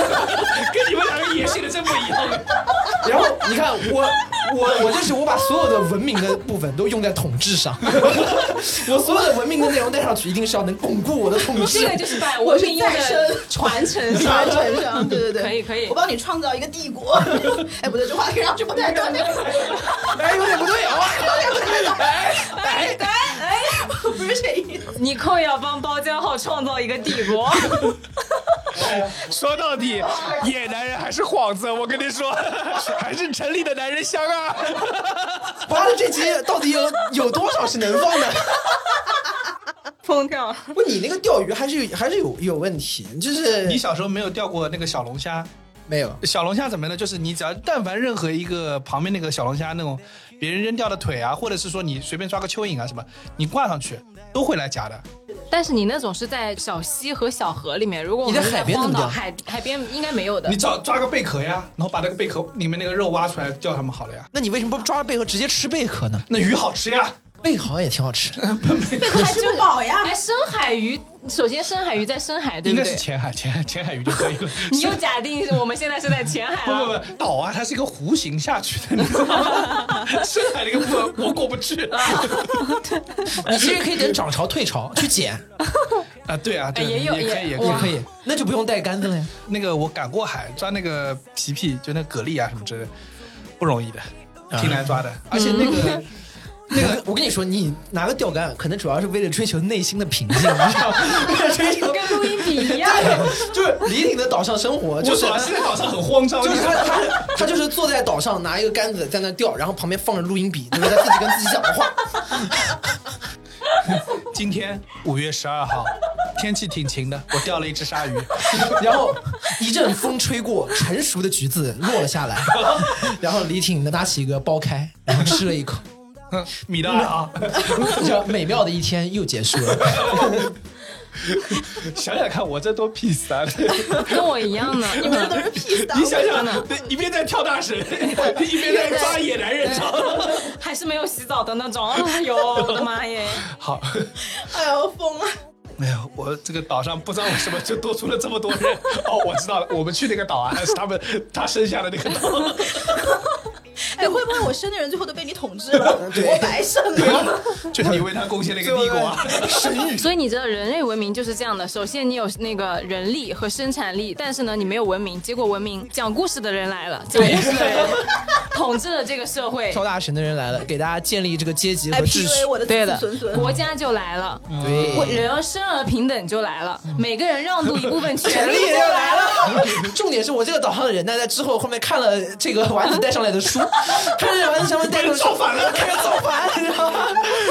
S2: 跟你们两个野性的真不一样了。
S4: 然后你看我我我就是我把所有的文明的部分都用在统治上， 我所有的文明的内容带上去，一定是要能巩固我的统
S5: 这
S4: 治
S5: 个。就是把
S1: 我
S5: 文
S1: 是
S5: 明用
S1: 再
S5: 的
S1: 生传承传承上，对对对，
S5: 可以可以
S1: 我帮你创造一个帝国。 哎，不对，这话听上去不太对。
S4: 哎，有点不对啊！
S5: 哎哎哎，
S1: 不是这意思。
S5: 你扣要帮包浆号创造一个帝国，
S2: 说到底，野男人还是幌子。我跟你说， 还是城里的男人香啊。
S4: 完了，这集到底有有多少是能放的？
S5: 疯掉！
S4: 不，你那个钓鱼还是有还是有有问题，就是
S2: 你小时候没有钓过那个小龙虾？
S4: 没有
S2: 小龙虾怎么呢？就是你只要但凡任何一个旁边那个小龙虾那种别人扔掉的腿啊，或者是说你随便抓个蚯蚓啊什么，你挂上去都会来夹的。
S5: 但是你那种是在小溪和小河里面，如果我
S4: 你在
S5: 们
S4: 海边
S5: 荒
S4: 怎么
S5: 岛
S4: 钓
S5: 海海边应该没有的
S2: 你。找抓个贝壳呀，然后把那个贝壳里面那个肉挖出来钓它们好了呀。
S4: 那你为什么不抓贝壳直接吃贝壳呢？
S2: 那鱼好吃呀，
S4: 贝壳也挺好吃，
S1: 贝壳吃不饱呀
S5: 哎，，深海鱼，首先深海鱼在深海，对
S2: 应
S5: 不
S2: 该是
S5: 嗯对？
S2: 浅海，浅海浅海鱼就可以了。
S5: 你又假定我们现在是在浅
S2: 不
S5: 海
S2: 不
S5: 了。
S2: 不，岛啊，它是一个弧形下去的，你知道吗？深海那个部分我过不去。
S4: 你 其实可以等涨潮退潮去 捡，
S2: 啊，对啊，对，
S5: 哎也有
S2: 可以，
S5: 也
S2: 也
S5: 哇
S4: 也
S2: 可以。
S4: 可以，那就不用带杆子了呀。
S2: 那个我赶过海抓那个皮皮，就那蛤蜊啊什么之类的，不容易的，挺难抓的。而且那个
S4: 那个， 我跟你说，你拿个钓竿，可能主要是为了追求内心的平静，你啊知道 吗？为了追求
S5: 跟录音笔一样，
S4: 就是李挺的岛上生活，就
S2: 我
S4: 是
S2: 主要现在岛上很慌张，
S4: 就是
S2: 你知道
S4: 他
S2: 吗
S4: 他他就是坐在岛上拿一个杆子在那钓，然后旁边放着录音笔，就是他自己跟自己讲话。
S2: 今天五月十二号，天气挺晴的，我钓了一只鲨鱼。
S4: 然后一阵风吹过，成熟的橘子落了 下来，然后李挺拿起一个剥开，然后吃了一口。
S2: 米大啊，
S4: 这美妙的一天又结束了。
S2: 想想看，我这多 peace 啊！
S5: 跟我一样 呢。
S1: 你们这都是屁的。
S2: 你想想，一边在跳大神，一边在抓野男人，
S5: 还是没有洗澡的那 种。哎呦，我的妈耶！
S2: 好。
S1: 哎呦疯了！
S2: 没有，哎我这个岛上不知道为什么就多出了这么多人。哦，我知道了，我们去那个岛啊，还是他们他生下的那个岛。
S1: 哎，会不会我生的人最后都被你统治了？
S4: 对
S1: 我白生了。
S2: 就是你为他贡献了一个帝国啊！
S5: 所以你知道人类文明就是这样的，首先你有那个人力和生产力，但是呢你没有文明，结果文明讲故事的人来了，讲 故事的人 统治了这个社会，
S4: 跳大神的人来了，给大家建立这个阶级和
S1: 哎
S4: 秩序。
S1: ，PUA 我的
S5: 对
S1: 子
S5: 的
S1: 子孙孙。
S5: 国家就来了，
S4: 对，
S5: 人而生而平等就来了，每个人让渡一部分权
S4: 权
S5: 利
S4: 力
S5: 就
S4: 又
S5: 来
S4: 来
S5: 了。
S4: 了。 重点是我这个岛上的人呢，在之后后面看了这个丸子带上来的书， 看着丸子上面带着造反了，开始造反，你知道 吗？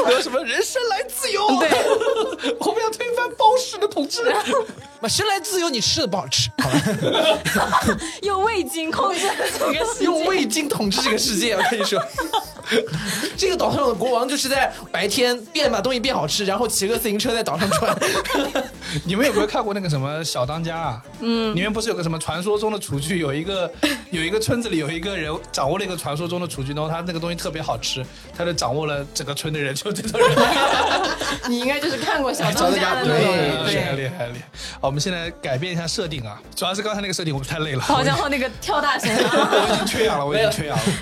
S2: 有什么人生来自由？
S5: 对，
S2: 我们要推翻包氏的统治。
S4: 妈生来自由，你吃的不好吃，好吧？
S5: 用味精控制了整个世 界。
S4: 用味精统治这个世界，我跟你说。 这个岛上的国王就是在白天变把东西变好吃，然后骑个自行车在岛上转。
S2: 你们有没有看过那个什么《小当家》啊？嗯，里面不是有个什么传说中的厨具，有一个有一个村子里有一个人掌握了一个传说中的厨具，然后他那个东西特别好吃，他就掌握了整个村的人，就这种人。
S5: 你应该就是看过小
S4: 小
S5: 当
S4: 当家
S5: 家的
S4: 对
S5: 那种
S4: 对
S5: 人，
S2: 厉害
S5: 对。
S2: 厉害厉害！好，我们现在改变一下设定啊，主要是刚才那个设定我们太累了，
S5: 泡江浩那个跳大神啊，
S2: 我已经缺氧了，我已经缺氧了。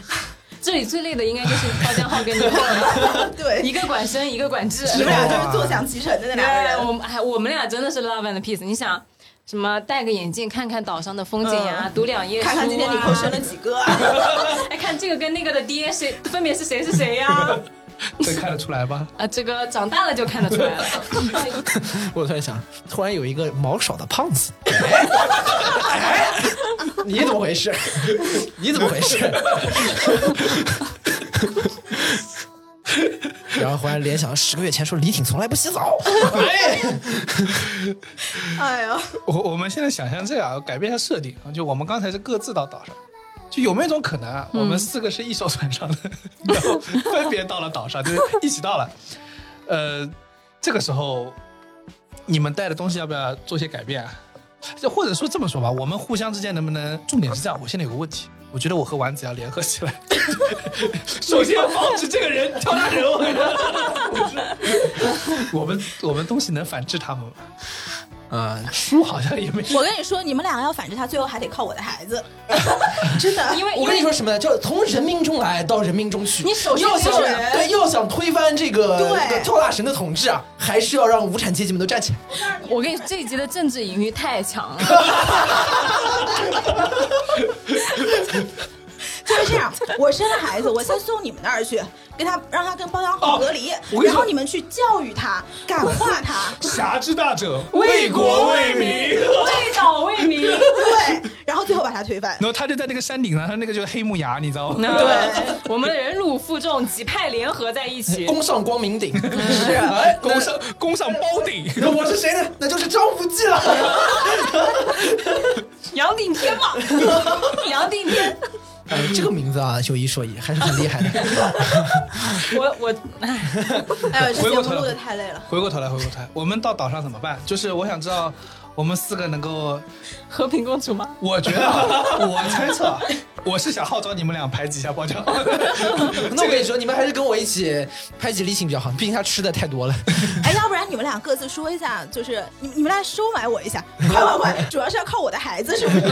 S5: 这里最累的应该就是泡江浩跟你后了，
S1: 对
S5: 一个管生，一个管制。
S1: 你们俩就是坐享其成的那两个
S5: 对，
S1: 人。
S5: 我们哎，我们俩真的是 love and peace。你想，什么戴个眼镜看看岛上的风景呀、
S1: 嗯
S5: 读两页书啊，
S1: 看看今天你扣生了几 个、啊？
S5: 哎，看这个跟那个的爹谁 分别是谁是谁呀、 啊？
S2: 这看得出来吧？
S5: 这个长大了就看得出 来了。
S4: 我突然想，突然有一个毛少的胖子，哎哎你怎么回事？你怎么回事？然后忽然联想，十个月前说李挺从来不洗澡，
S1: 哎呦，
S2: 我我们现在想象这样，改变一下设定，啊就我们刚才是各自到岛上，就有没有一种可能啊？我们四个是一艘船上的， 然后分别到了岛上，就是一起到了。呃，这个时候你们带的东西要不要做些改变、啊？就或者说这么说吧，我们互相之间能不能？重点是这样，我现在有个问题，我觉得我和丸子要联合起来， 首先要防止这个人跳大人。 我们我们东西能反制他们吗？
S4: 嗯，
S2: 书好像也没
S1: 我跟你说，你们两个要反制他，最后还得靠我的孩子， 真的。
S5: 因为
S4: 我跟你说，什么呢？叫从人民中来到人民中去。
S5: 你首先
S4: 要想
S5: 就是人
S4: 对，要想推翻这个
S1: 对
S4: 这个跳大神的统治啊，还是要让无产阶级们都站起来。
S5: 我跟你说这一集的政治隐喻太强了。
S1: 就是这样，我生了孩子，我先送你们那儿去，给他让他跟包养好隔离，
S2: 哦我跟你说
S1: 然后你们去教育他，感化 他，
S2: 侠之大者，
S5: 为
S2: 国为
S5: 民，为岛为民。
S1: 对，然后最后把他推翻
S2: 然。后他就在那个山顶上，他那个就是黑木崖，你知道吗？
S5: 对， 我们忍辱负重，几派联合在一起。
S4: 攻上光明顶，是
S5: 啊
S4: 哎，
S2: 攻上攻上包顶，
S4: 那我是谁呢？那就是张无忌了。
S5: 杨顶天 嘛，杨顶天，
S4: 哎这个名字啊，有一说一，还是很厉害 的。
S5: 我我，哎
S1: 哎呦，这
S2: 回
S1: 节目
S2: 过头来
S1: 录的太累了。
S2: 回过头来，回过头来，哦我们到岛上怎么办？就是我想知道，我们四个能够，
S5: 和平共处吗？
S2: 我觉得 啊，我猜测啊，我是想号召你们俩排挤一下包浆。
S4: 那我跟你说，你们还是跟我一起拍几例行比较好，毕竟他吃的太多了。
S1: 哎，要不然你们俩各自说一下，就是你你们来收买我一 下，快快快！主要是要靠我的孩子，是 不是？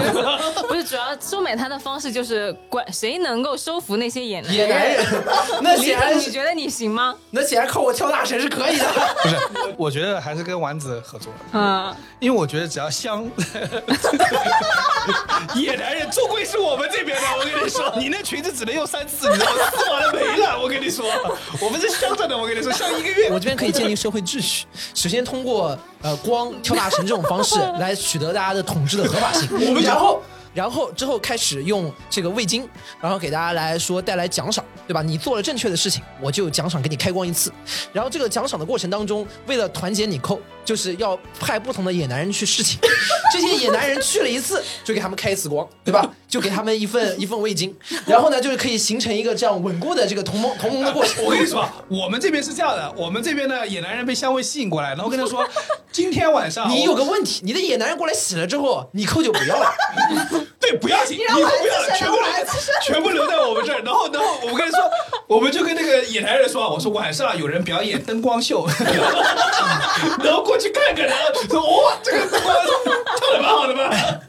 S5: 不是，主要收买他的方式就是管谁能够收服那些野男
S4: 野男 人，那
S5: 李
S4: 显
S5: 总，
S4: 然
S5: 你
S4: 是，
S5: 觉得你行吗？
S4: 那显然靠我跳大神是可以的。
S2: 不是，我觉得还是跟丸子合作，
S5: 嗯，
S2: 因为我觉得只要香， 野男人终归是我们这边的。我跟你说， 你那裙子只能用三次，你知道吗？撕完了没了。我跟你说，我们是香着呢。我跟你说，香一个月。
S4: 我这边可以建立社会秩序，首先通过呃光跳大神这种方式来取得大家的统治的合法性，我们然后。然后之后开始用这个味精，然后给大家来说带来奖赏，对吧？你做了正确的事情，我就奖赏给你开光一次。然后这个奖赏的过程当中，为了团结你寇，就是要派不同的野男人去侍寝。这些野男人去了一次，就给他们开一次光，对吧？就给他们一份一份味精，然后呢，就是可以形成一个这样稳固的这个同盟同盟的过程。
S2: 我跟你说，我们这边是这样的，我们这边呢，野男人被香味吸引过来，然后跟他说，今天晚上
S4: 你有
S2: 个
S4: 个问题，你的野男人过来洗了之后，你扣就不要了。
S2: 对不要紧，以后不要了，全部留在全部留在我们这儿。然后，然后我跟你说，我们就跟那个野男人说，我说晚上啊有人表演灯光秀， 然后过去看看，然后说哦，这个灯光跳的蛮好的吧。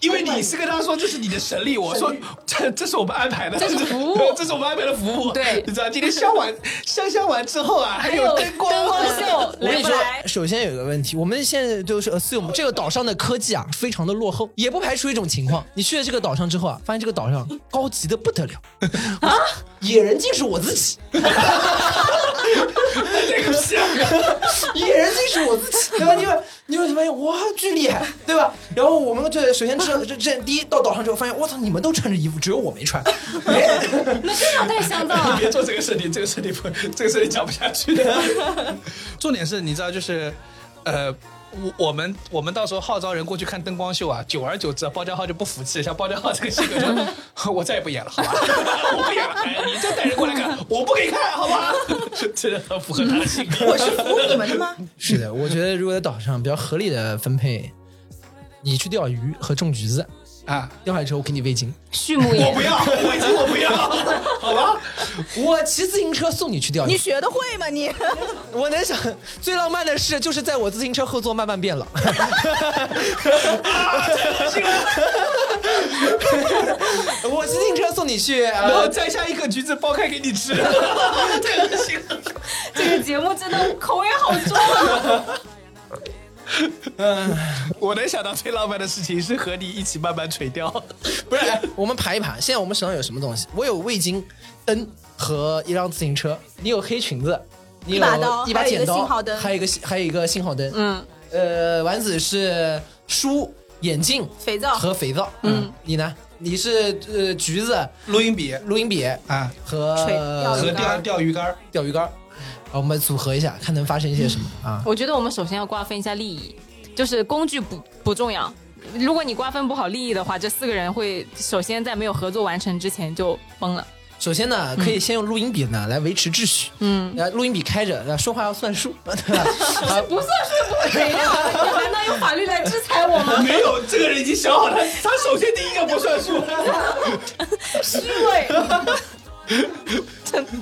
S2: 因为你是跟他说这是你的神力，我说这这是我们安排的，
S5: 这是服务
S2: 这是我们安排的服务。
S5: 对
S2: 你知道今天香完香香完之后啊，还
S5: 还有
S2: 灯光
S5: 灯光秀
S4: 我跟
S5: 来
S4: 你
S5: 不
S4: 说
S5: 来，？
S4: 首先有一个问题，我们现在就是 assume 这个岛上的科技啊，非常的落后，也不排除一种情况，你去了这个岛上之后啊，发现这个岛上高级的不得了啊，野人竟是我自 己，
S2: 这个香啊。
S4: 野人竟是我自己，对吧？你会你会发现哇，巨厉害，对吧？然后我们这首先这这这第一到岛上之后，发现我操，你们都穿着衣服，只有我没穿，
S5: 那这样太香皂 了。
S2: 别做这个设定，这个设定不，这个设定讲不下去的。重点是，你知道，就是，呃，我我们我们到时候号召人过去看灯光秀啊，久而久之，啊，包家浩就不服气，像包家浩这个性格说， 我再也不演了，好吧？我不演了，哎你再带人过来看，我不给看，好吧？ 真的很符合他的性格。
S1: 我是服你们的吗？
S4: 是的，我觉得如果在岛上比较合理的分配，你去钓鱼和种橘子，
S2: 啊，
S4: 钓下来之后我给你喂金，
S5: 畜牧
S2: 我
S5: 业
S2: 不，要，我已经我不要，好吧？
S4: 我骑自行车送你去钓
S1: 你
S4: 鱼。
S1: 学得会吗？你
S4: 我能想最浪漫的事就是在我自行车后座慢慢 变老。啊 我骑自行车送你去，
S2: 然 后
S4: 呃、
S2: 摘下一颗橘子剥开给你吃， 太恶心了。
S5: 这个节目真的口味好重啊！
S2: 我能想到最浪漫的事情是和你一起慢慢垂钓，
S4: 不是，哎我们盘一盘，现在我们手上有什么东西？我有味精、灯和一辆自行车，你有黑裙子，你有
S1: 一把刀
S4: 一把剪刀，
S1: 还有一个信号灯
S4: 还有一个信还有一个信号灯。
S5: 嗯，
S4: 呃，丸子是书、眼镜、
S1: 肥皂
S4: 和肥皂。嗯，你呢？你是呃橘子、
S2: 录音笔
S4: 录音笔
S2: 啊
S4: 和呃
S1: 垂钓
S2: 和
S1: 鱼竿
S2: 钓钓鱼竿儿。
S4: 钓鱼竿儿。啊，我们组合一下，看能发生一些什么
S1: 嗯
S4: 啊？
S5: 我觉得我们首先要瓜分一下利益，就是工具不不重要。如果你瓜分不好利益的话，这四个人会首先在没有合作完成之前就崩了。
S4: 首先呢，
S1: 嗯
S4: 可以先用录音笔呢来维持秩序。嗯，呃，录音笔开着，呃说话要算数， 对吧？啊，
S5: 不算是不 赔啊！你难道用法律来制裁我 吗？
S2: 没有，这个人已经想好了，他首先第一个不算数。
S5: 虚伪。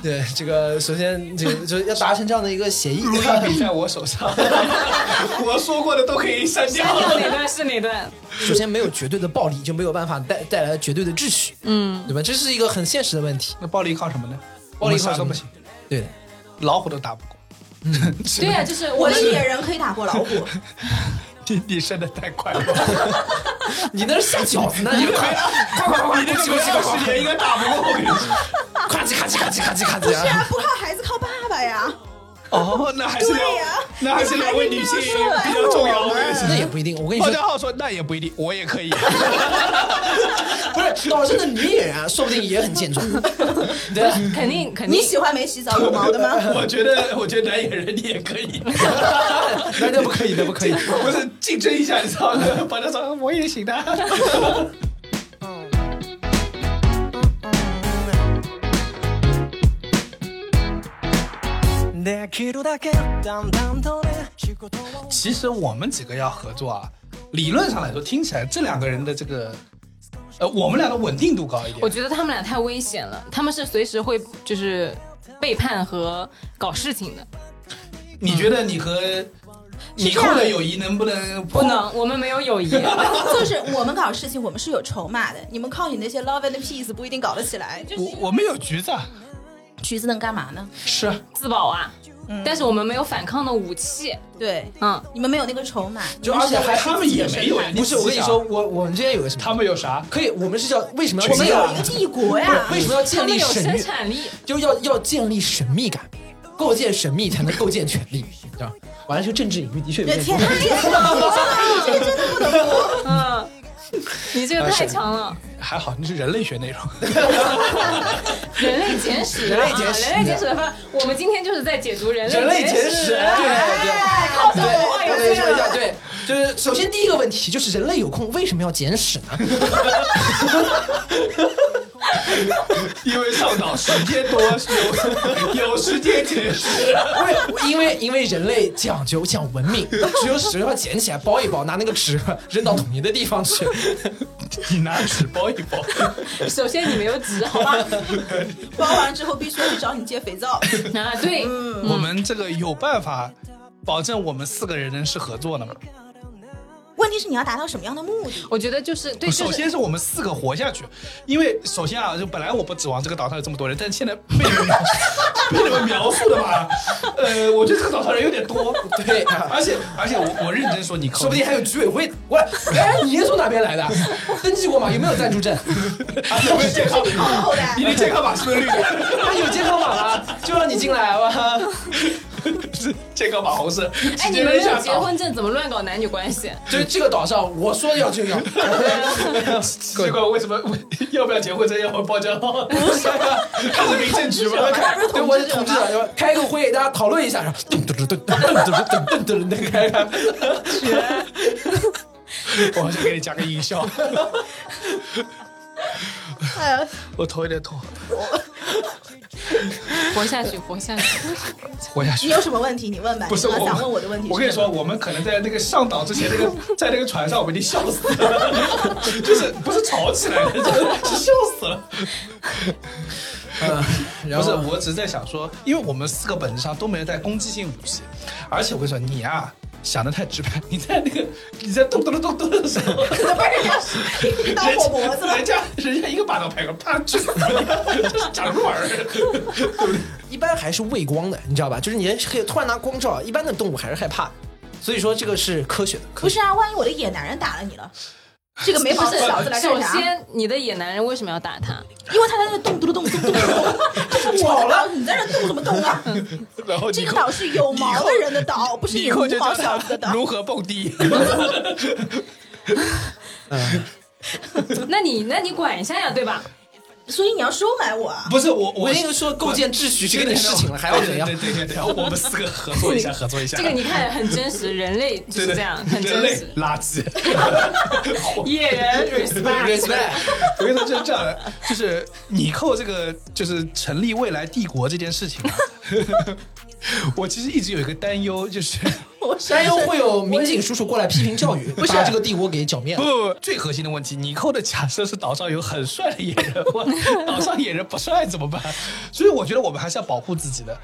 S4: 对，这个首先这个就要达成这样的一个协议。
S2: 录音笔在我手 上，我说过的都可以删掉。
S5: 哪段是哪段？
S4: 首先没有绝对的暴力，就没有办法带带来绝对的秩序，嗯，对吧？这是一个很现实的问题。
S2: 那暴力靠什么呢？我
S4: 暴力靠
S2: 们啥
S4: 什
S2: 都
S4: 么
S2: 不行，
S4: 对的，
S2: 老虎都打不过。
S5: 对呀、就是
S1: 我
S5: 我
S1: 的
S5: 的
S1: 野人可以打过老虎，
S2: 你你升的太快 了，
S4: 你那是下 饺子呢？你快
S2: 你这个几个十年应该打不过我跟你说。
S4: 咔叽咔叽咔叽咔叽咔叽
S1: 虽 然
S4: 啊！
S1: 不靠孩子，靠爸爸呀。
S2: 哦，那还是
S1: 对
S2: 两
S1: 呀
S2: 那还是两位女性比较重要。我跟你
S4: 那
S2: 说，
S4: 也不一定，我跟你
S2: 包
S4: 说，
S2: 家浩说那也不一定，我也可以。
S4: 不是岛上的女野人啊，说不定也很健壮。对吧，
S5: 肯定肯定
S1: 你喜欢没洗澡有毛的吗？
S2: 我觉得，我觉得男演员你也可以，
S4: 那那不可以，那不可以。
S2: 不是竞争一下，你知道吗？包家浩我也行的。其实我们几个要合作啊，理论上来说，听起来这两个人的这个，呃，我们俩的稳定度高一
S5: 我
S2: 点。
S5: 觉得他们俩太危险了，他们是随时会就是背叛和搞事情的。
S2: 你觉得你和你扣的友谊能不能
S5: 不能，我们没有友谊。
S1: 就是我们搞事情，我们是有筹码的。你们靠你那些 love and peace 不一定搞得起来。就是
S2: 我我们有橘子啊，
S1: 橘子能干嘛呢？
S2: 是啊
S5: 自保啊，但是我们没有反抗的武器。
S1: 对，
S5: 嗯，
S1: 你们没有那个筹码，
S4: 就
S1: 你们
S4: 而且
S1: 只有
S4: 还
S1: 自己
S2: 他们也
S1: 的
S2: 没有呀
S1: 生态
S4: 不是，我跟你说，我啊我们之间有个什么？
S2: 他们有啥？
S4: 可以，我们是叫为什么要
S1: 我们
S4: 建立
S1: 有一个帝国呀。
S4: 为什么要
S5: 他
S4: 建
S5: 们
S4: 立
S5: 有
S4: 神
S5: 生
S4: 域？
S5: 产力，
S4: 就要要建立神秘感，构建神秘才能构建权力，你知道？完了，这个政治隐喻的确有
S1: 对
S4: 点
S1: 天哪，这个真的不能，这个真的不能播。
S5: 嗯，你这个太强了，
S2: 还好，那是人类学内容。
S5: 人类简史啊，
S4: 人类简史
S5: 人类简史的话，我们今天就是在解读人
S4: 人类
S5: 类
S4: 简史，
S5: 史
S4: 对
S5: 啊。
S4: 对。
S5: 靠着
S4: 对，
S5: 我话
S4: 我跟
S5: 有
S4: 你
S5: 罪
S4: 说一下，
S5: 了。
S4: 对，就是首先第一个问题就是人类有空为什么要捡屎呢？
S2: 因为上岛时间多，有有 时间解释。
S4: 不是，因为因为人类讲究讲文明，只有屎要捡起来啊包一包，拿那个纸扔到统一的地方去。
S2: 你拿纸包一包，
S5: 首先你没有纸，好吧？
S1: 包完之后必须要去找你借肥皂。
S5: 啊，对，
S2: 我们这个有办法保证我们四个人是合作的吗？
S1: 问题是你要达到什么样的目的？
S5: 我觉得就是 对，
S2: 首
S5: 就是
S2: 先是我们四个活下去，因为首先啊，就本来我不指望这个岛上有这么多人，但现在被你们描 被你们描述的吧，呃，我觉得这个岛上人有点多。
S4: 对啊
S2: 而且而且我我认真说，你扣
S4: 说不定还有居委会。喂，哎， 你是从哪边来的？ 登记过吗？有没有暂住证？
S2: 有没有健康？
S1: 后
S2: 你
S1: 来
S2: 的健康码是不是绿的？
S4: 啊，有健康码了，就让你进来吧。
S2: 是健康码红色，
S5: 哎，
S2: 直
S5: 你
S2: 接扔
S5: 们没有
S2: 下
S5: 结
S2: 岛，
S5: 婚证，怎么乱搞男女关系？
S4: 就是这个岛上，我说要就 要，
S2: 结果为什么 要不要结婚证要报交？不 是，他是民政局吗？
S4: 对，我是统治者，开个会，大家讨论一下，然 后噔噔噔噔噔噔噔噔噔开开。
S2: 我好想给你加个音效，
S1: 哎呀，
S2: 我头有点痛，
S5: 活下去，活下去。
S2: 活下去
S1: 你。有什么问题你问吧，
S2: 不是
S1: 你
S2: 我
S1: 刚刚想问我的问题。
S2: 我跟 你，说，我们可能在那个上岛之前，那个 在那个船上，我们已经笑死了， 就是不是吵起来了， 就是笑死了。
S4: 然
S2: 不是，
S4: 后
S2: 我只是在想说，因为我们四个本质上都没有带攻击性武器，而且我跟你说，你啊想的太直白，你在那个你在咚咚咚咚咚的时候，
S1: 你当我脖子了
S2: 人，家人家一个巴掌拍过来，啪去死 了，这是讲什么玩意儿？
S4: 一般还是畏光的，你知道吧？就是你人可以突然拿光照，一般的动物还是害怕的。所以说这个是科学的，
S1: 不是啊，万一我的野男人打了你了，这个没法
S5: 不是
S1: 的小子来，
S5: 首
S1: 干啥？
S5: 先你的野男人为什么要打他？
S1: 因为他在那动嘟嘟咚 咚咚咚，这是我的岛，你在这动什么动啊？
S2: 然后
S1: 这
S2: 你
S1: 个岛是有毛的人的岛，不是
S2: 你
S1: 有无
S2: 后就
S1: 毛
S2: 教
S1: 小子的岛
S2: 他。如何蹦迪，
S5: 那你那你管一下呀，对 吧？
S1: 所以你要收买我啊！
S2: 不是我
S4: 我
S2: 我
S4: 已经说构建秩序这个事情了，还要怎样
S2: 对？对对对，然后我们四个合作一下，合作一下。
S5: 这个你看很真实，人类
S2: 对
S5: 就是
S2: 对
S5: 这 样，很
S2: 啊人
S5: 真
S2: 类
S5: 实。
S2: 垃圾。
S5: 野人 respect，
S2: 我跟你说，就是这样的，就是你扣这个，就是成立未来帝国这件事情、啊， 我其实一直有一个担忧， 就是
S4: 山又会有民警叔叔过来批评 教育，把这个帝国给剿灭
S2: 不
S4: 了。
S2: 不不，最核心的问题，你扣的假设是岛上有很帅的野人， 我岛上野人不帅怎么办？所以我觉得我们还是要保护自己的，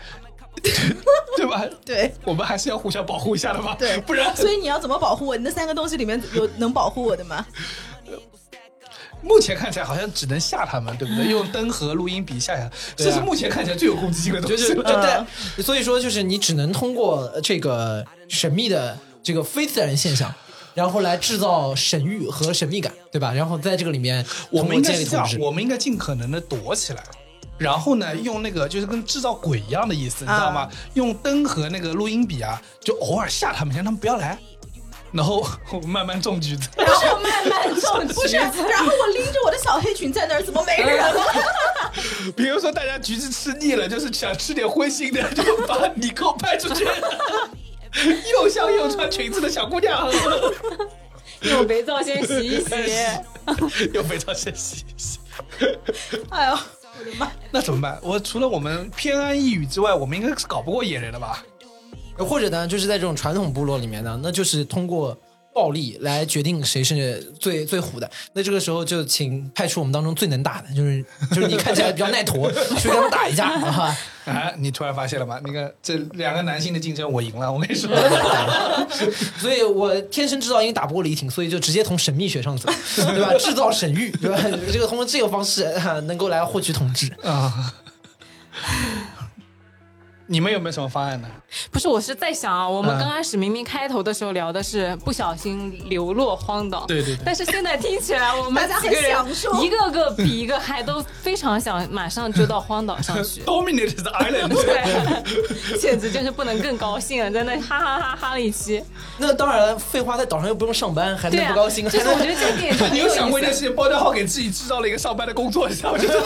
S2: 对吧？
S1: 对，
S2: 我们还是要互相保护一下的吧，
S1: 对，
S2: 不然
S1: 所以你要怎么保护我？你那三个东西里面有能保护我的吗？
S2: 目前看起来好像只能吓他们，对不对？用灯和录音笔吓吓，这是目前看起来最有攻击性的
S4: 就
S2: 东
S4: 是
S2: 西
S4: 就
S2: 了。
S4: 对，啊所以说就是你只能通过这个神秘的这个非自然现象，然后来制造神域和神秘感，对吧？然后在这个里面，
S2: 我们应该
S4: 建立
S2: 是这
S4: 统
S2: 样
S4: 治，。
S2: 我们应该尽可能的躲起来，然后呢，用那个就是跟制造鬼一样的意思，你知道吗？用灯和那个录音笔啊，就偶尔吓他们，让他们不要来，然后我们慢慢种橘子。
S1: 然后慢慢种，不
S2: 啊
S1: 是， 然后我拎着我的小黑裙在那儿，怎么没人啊 了？
S2: 比如说大家橘子吃腻了，就是想吃点荤腥的，就把你给我派出去。又香又穿裙子的小姑娘，
S5: 用肥皂先洗一洗。
S2: 又非常谢谢。
S1: 哎呦，我的妈！
S2: 那怎么办？我除了我们偏安一隅之外，我们应该是搞不过野人的吧？
S4: 或者呢，就是在这种传统部落里面呢，那就是通过暴力来决定谁是最最虎的。那这个时候就请派出我们当中最能打的，就是就是你看起来比较耐驮， 去跟他们打一架啊。
S2: 啊，你突然发现了吗？那个这两个男性的竞争，我赢了。我跟你说，
S4: 所以我天生知道，因为打不过李挺，所以就直接从神秘学 上走，对吧？制造神域，对吧？这个通过这个方式、啊能够来获取统治。
S2: 啊， 你们有没有什么方案呢？
S5: 不是，我是在想啊，我们
S2: 嗯
S5: 刚开始明明开头的时候聊的是不小心流落荒岛，
S2: 对对对。
S5: 但是现在听起来我们
S1: 大家
S5: 几
S1: 很
S5: 个人
S1: 享受
S5: 一个个比一个嗨，都非常想马上就到荒岛上去
S2: Dominated the island，
S5: 对，简直就是不能更高兴了，在那哈哈哈哈了一期。
S4: 那当然，废话，在岛上又不用上班，还
S5: 对
S4: 能
S5: 啊，
S4: 不高兴？
S5: 就
S4: 还
S5: 是我觉
S4: 能
S5: 得这个点 很
S2: 你有想过一
S5: 意
S2: 件
S5: 思
S2: 事情？包家浩给自己制造了一个上班的工作，你知道吗？就是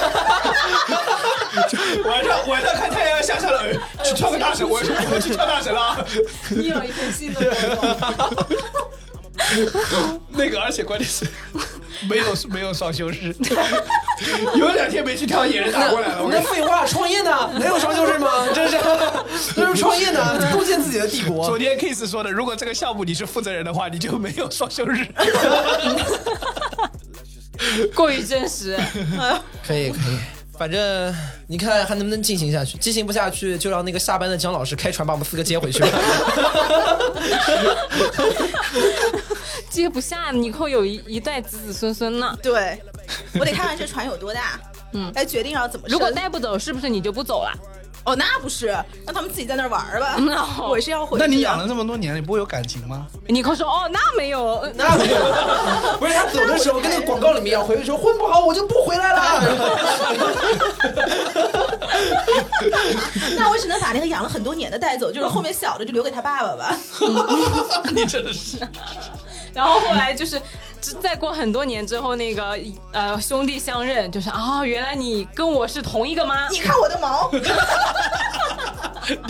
S2: 晚上晚上看太阳下山了，哎去跳个大神，我我去跳大神了啊。
S5: 你有一份新的活动。
S2: 那个，而且关键是没有没有双休 日，有两天没去跳，野人打过来了。我跟
S4: 那
S2: 你说
S4: 废话，创业呢？能有双休日吗？真 是，那是创业呢，构建自己的帝国
S2: 昨。天 Kiss 说的，如果这个项目你是负责人的话，你就没有双休日。
S5: 过于真实，
S1: 哎
S4: 可以，可以。反正你看还能不能进行下去？进行不下去，就让那个下班的姜老师开船把我们四个接回去 吧。
S5: 接不下。你后有一一代子子孙孙呢。
S1: 对，我得看看这船有多大，嗯，来决定要怎么设。
S5: 如果带不走，是不是你就不走了？
S1: 哦，那不是，让他们自己在那儿玩儿吧。
S5: No
S1: 我是要回去
S2: 嗯哦
S1: 啊
S2: 那
S1: 的。
S2: 你养了这么多年，你不会有感情吗？
S5: 你可说哦，那没有，那
S4: 那不是，不是他走的时候跟那个广告里面一样，回去说混不好我就不回来了。
S1: 那我只能把那个养了很多年的带走，就是后面小的就留给他爸爸 吧。
S2: 你真的是
S5: 然后后来就是，只再过很多年之后，那个呃兄弟相认，就是啊、原来你跟我是同一个 妈，
S1: 你看我的毛，
S2: 你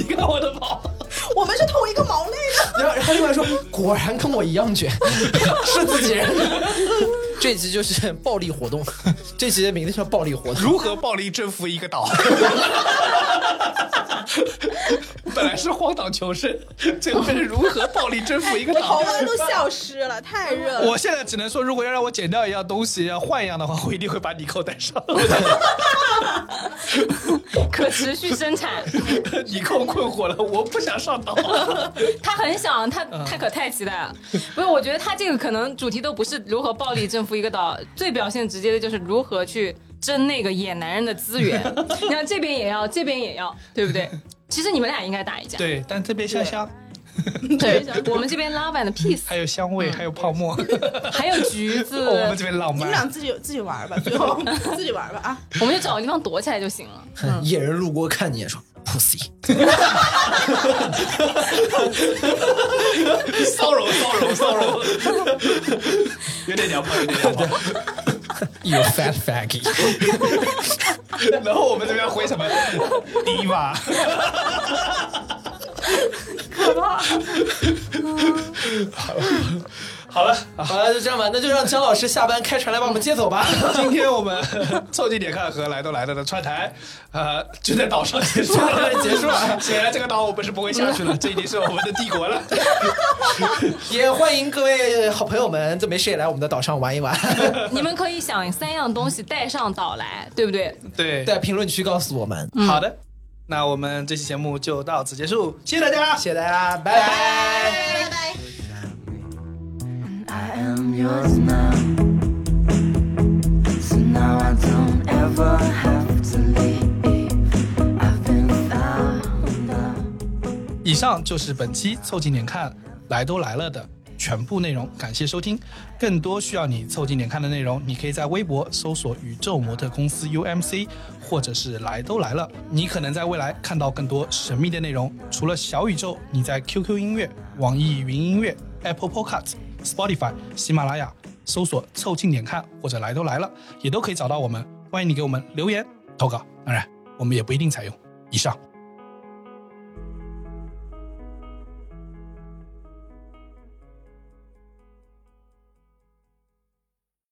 S2: 看我的毛，
S1: 我们是同一个毛类的。
S4: 然后然后另外说，果然跟我一样 卷，是自己人。 这集就是暴力活动，这集的名字叫暴力活动。
S2: 如何暴力征服一个岛？ 本来是荒岛求生，最后变成如何暴力征服一个
S1: 我
S2: 岛
S1: 头？发 都消失了，太热了。
S2: 我现在只能说，如果要让我剪掉一样东西，要换一样的话，我一定会把你扣带上。
S5: 可持续 生产。
S2: 你扣困惑了，我不想上岛。
S5: 他很想，他他可太期待了。不是，我觉得他这个可能主题都不是如何暴力征服一个岛，最表现直接的就是如何去争那个野男人的资 源。你看这边也要，这边也要，对不对？其实你们俩应该打一架。
S2: 对，但这边香香，
S5: 对，我们这边拉满了 peace，
S2: 还有香味，还有泡沫， 哦
S5: 还有橘子，
S2: 我们这边浪
S1: 你们
S2: 漫。
S1: 俩自己自己玩吧，最后自己玩吧啊！
S5: 我们就找个地方躲起来就行了。
S4: 野人路过看你也说 pussy，
S2: 骚扰骚扰骚扰， 有点娘炮，有点娘炮。
S4: you fat faggy。
S2: 然后我们这边回什么？迪吧， 好了，
S4: 好了，就这样吧，那就让姜老师下班开船来把我们接走 吧。
S2: 今天我们凑近点看和来都来了的串台，呃，就在岛上结束了，
S4: 结束了
S2: 显然这个岛我们是不会下去了，这已经是我们的帝国了。
S4: 也欢迎各位好朋友们，这没事也来我们的岛上玩一玩，
S5: 你们可以想三样东西带上岛来，对不对？
S2: 对，
S4: 在评论区告诉我们。
S2: 好的，那我们这期节目就到此结束，谢谢大家，
S4: 谢谢大家，拜拜
S1: 拜拜。
S6: I am yours now. So now I don't ever have to leave. I've been found out.
S2: 以上就是本期凑近点看来都来了的全部内容，感谢收听。更多需要你凑近点看的内容，你可以在微博搜索“宇宙模特公司 UMC”，或者是“来都来了”。你可能在未来看到更多神秘的内容。除了小宇宙，你在 QQ 音乐、网易云音乐、Apple Podcast、Spotify、喜马拉雅搜索“凑近点看”或者“来都来了”，也都可以找到我们。欢迎你给我们留言投稿，当然我们也不一定采用。以上。